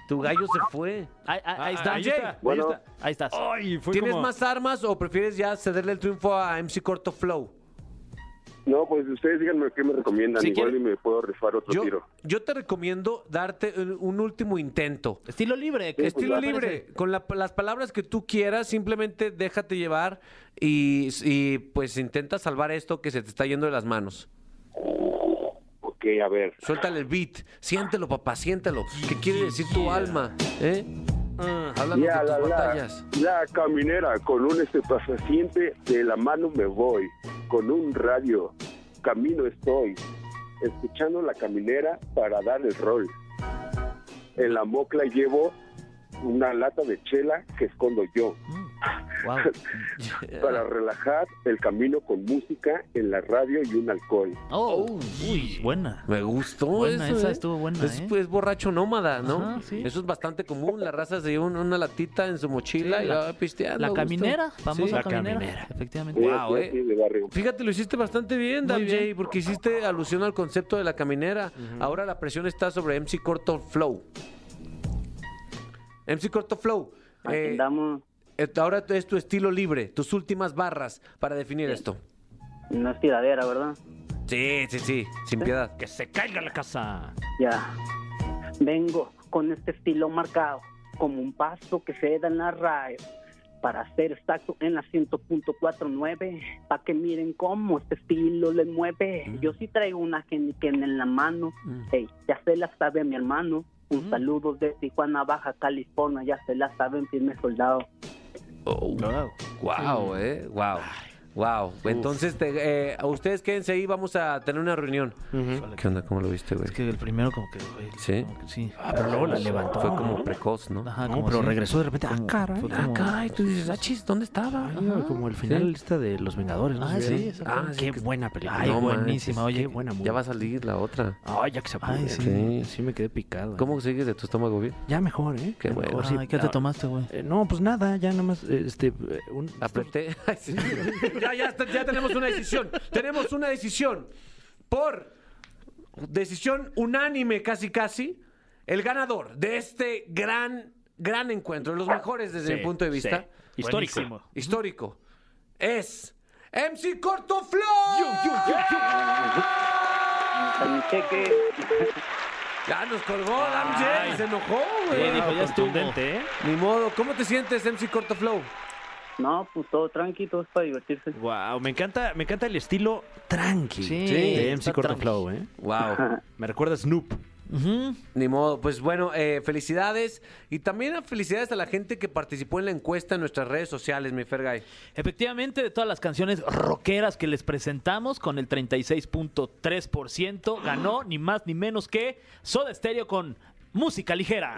B: Tu gallo se fue.
C: Ahí, ahí- ahí
D: Ah,
C: está.
D: ahí
C: Jay.
D: está.
K: Bueno.
C: Ahí está. Ahí estás.
D: Ay, fue
B: ¿Tienes
D: como-
B: más armas o prefieres ya cederle el triunfo a MC Corto Flow?
J: No, pues ustedes díganme qué me recomiendan.
C: Si
J: Igual
C: quiere-
J: y me puedo rifar otro
B: Yo,
J: tiro.
B: yo te recomiendo darte un- un último intento.
C: Estilo libre. ¿qué-
B: Estilo
C: qué te
B: libre,
C: parece?
B: con la- las palabras que tú quieras, simplemente déjate llevar y, y, pues intenta salvar esto que se te está yendo de las manos.
J: Ok, a ver.
B: Suéltale el beat, siéntelo papá, siéntelo. ¿Qué quiere decir tu alma? ¿Eh?
C: Ah.
B: Háblanos
J: Ya,
B: de
J: la,
B: tus
J: la,
B: batallas.
J: la caminera con un estupefaciente de la mano me voy, con un radio, camino estoy, escuchando la caminera para dar el rol. En la mocla llevo una lata de chela que escondo yo,
C: Mm. Wow.
J: para relajar el camino con música en la radio y un alcohol.
C: Oh, uy, buena.
B: Me gustó
C: Buena,
B: eso,
C: esa
B: ¿eh?
C: estuvo buena,
B: Es,
C: ¿eh?
B: es borracho nómada, ¿no?
C: Ajá, sí.
B: Eso es bastante común. La raza se lleva un- una latita en su mochila
C: Sí,
B: y
C: la-
B: va pisteando.
C: La
B: a gusto.
C: caminera. Vamos
B: Sí.
C: a
D: La
C: caminera.
D: caminera.
C: Efectivamente.
J: Sí,
B: Guau,
J: así,
B: eh.
J: así de barrio.
B: Fíjate, lo hiciste bastante bien, Dan
C: Muy bien.
B: J, porque hiciste alusión al concepto de la caminera. Ahora la presión está sobre MC Corto Flow. MC Corto Flow, eh,
K: Andamos.
B: eh, ahora es tu estilo libre, tus últimas barras para definir esto.
K: No es tiradera, ¿verdad?
B: Sí, sí, sí, sin piedad.
D: Que se caiga la casa.
K: Ya. Vengo con este estilo marcado, como un paso que se da en la radio. Para ser exacto en la 100.49, para que miren cómo este estilo les mueve. Eh, Yo sí traigo una que ni que en la mano.
B: Mm.
K: Ey, ya se la sabe mi hermano. Un saludo de Tijuana, Baja California. Ya se la saben, firme soldado.
C: Wow.
B: Wow, eh, wow. Wow, entonces te- eh, a ustedes quédense ahí, vamos a tener una reunión. ¿Qué onda? ¿Cómo lo viste, güey?
C: Es que el primero como que... güey,
B: Sí.
C: como que sí.
D: Ah, pero luego la levantó.
B: Fue como precoz, ¿no?
C: Ajá,
D: No,
C: como
D: Ah, pero
C: sí.
D: regresó de repente. Ah,
C: Como-
D: caray.
C: fue
B: Ah,
C: como-
B: caray, tú dices, ah, chis, ¿dónde estaba?
D: Ah, como el final esta de Los Vengadores. ¿no?
C: Ah, sí, esa
D: Ah,
B: fue.
D: qué buena película.
C: Ay,
B: No
C: buenísima.
D: manches,
C: Oye,
D: qué buena movie.
B: Ya va a salir la otra.
D: Ay, ya que se
C: Ay,
D: puede.
C: sí.
B: Sí.
D: Sí, me quedé picado. eh.
B: ¿Cómo sigues de tu estómago bien?
D: Ya mejor, ¿eh?
B: Qué
D: Ya
B: bueno.
D: mejor, sí.
C: Ay, ¿qué te
D: Ah,
C: tomaste, güey?
D: eh, no, pues nada, ya nada más, eh, este, eh, un...
B: Apreté. Ay, sí. ya, ya, está- ya tenemos una decisión. Tenemos una decisión. Por decisión unánime, casi casi, el ganador de este gran, gran encuentro, los mejores desde
D: Sí,
B: mi punto de vista,
D: sí. Histórico.
C: Buenísimo.
B: histórico, es MC Corto Flow.
K: Hasta mi cheque.
B: Ya nos colgó, Dam J,
D: Ay.
B: se enojó,
D: Sí,
B: güey.
D: dijo, ya estuvo.
C: contundente,
D: ¿eh?
B: Ni modo, ¿cómo te sientes, MC Corto Flow?
K: No, pues todo tranqui, todo es para divertirse.
D: Wow, me encanta, me encanta el estilo tranqui
C: Sí,
D: de
C: está
D: MC Corto
C: tranqui.
D: Flow, ¿eh?
B: Wow.
D: Me recuerda a Snoop.
C: Ujú.
B: Ni modo, pues bueno, eh, felicidades y también felicidades a la gente que participó en la encuesta en nuestras redes sociales, mi Fergay.
C: Efectivamente, de todas las canciones rockeras que les presentamos, con el 36.3%, ganó ni más ni menos que Soda Stereo con música ligera.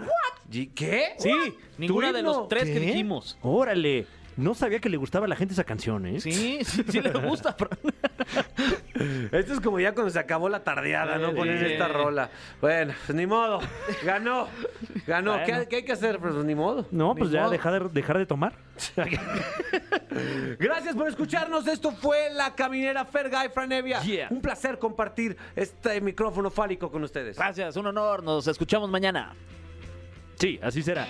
B: ¿Y ¿Qué?
C: Sí,
B: ¿Tu
C: ninguna de los
B: himno?
C: tres que
D: ¿Qué?
C: dijimos.
D: Órale, no sabía que le gustaba a la gente esa canción, ¿eh?
C: Sí, sí, sí le gusta. pero-
B: Esto es como ya cuando se acabó la tardeada, ¿no?
D: Sí.
B: Pones esta rola. Bueno, pues ni modo. Ganó. Ganó. ¿Qué,
D: Bueno.
B: qué hay que hacer? Pues ni modo.
D: No,
B: Ni
D: pues ya
B: modo.
D: dejar de, dejar de tomar.
B: Gracias por escucharnos. Esto fue La Caminera Ferga y Franevia.
C: Yeah.
B: Un placer compartir este micrófono fálico con ustedes.
C: Gracias, un honor. Nos escuchamos mañana.
D: Sí, así será.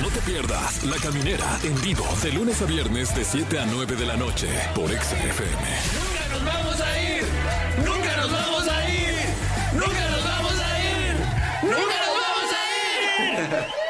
A: No te pierdas La Caminera en vivo de lunes a viernes de 7 a 9 de la noche por XFM.
L: Nunca nos vamos a ir. Nunca nos vamos a ir. Nunca nos vamos a ir. Nunca nos vamos a ir.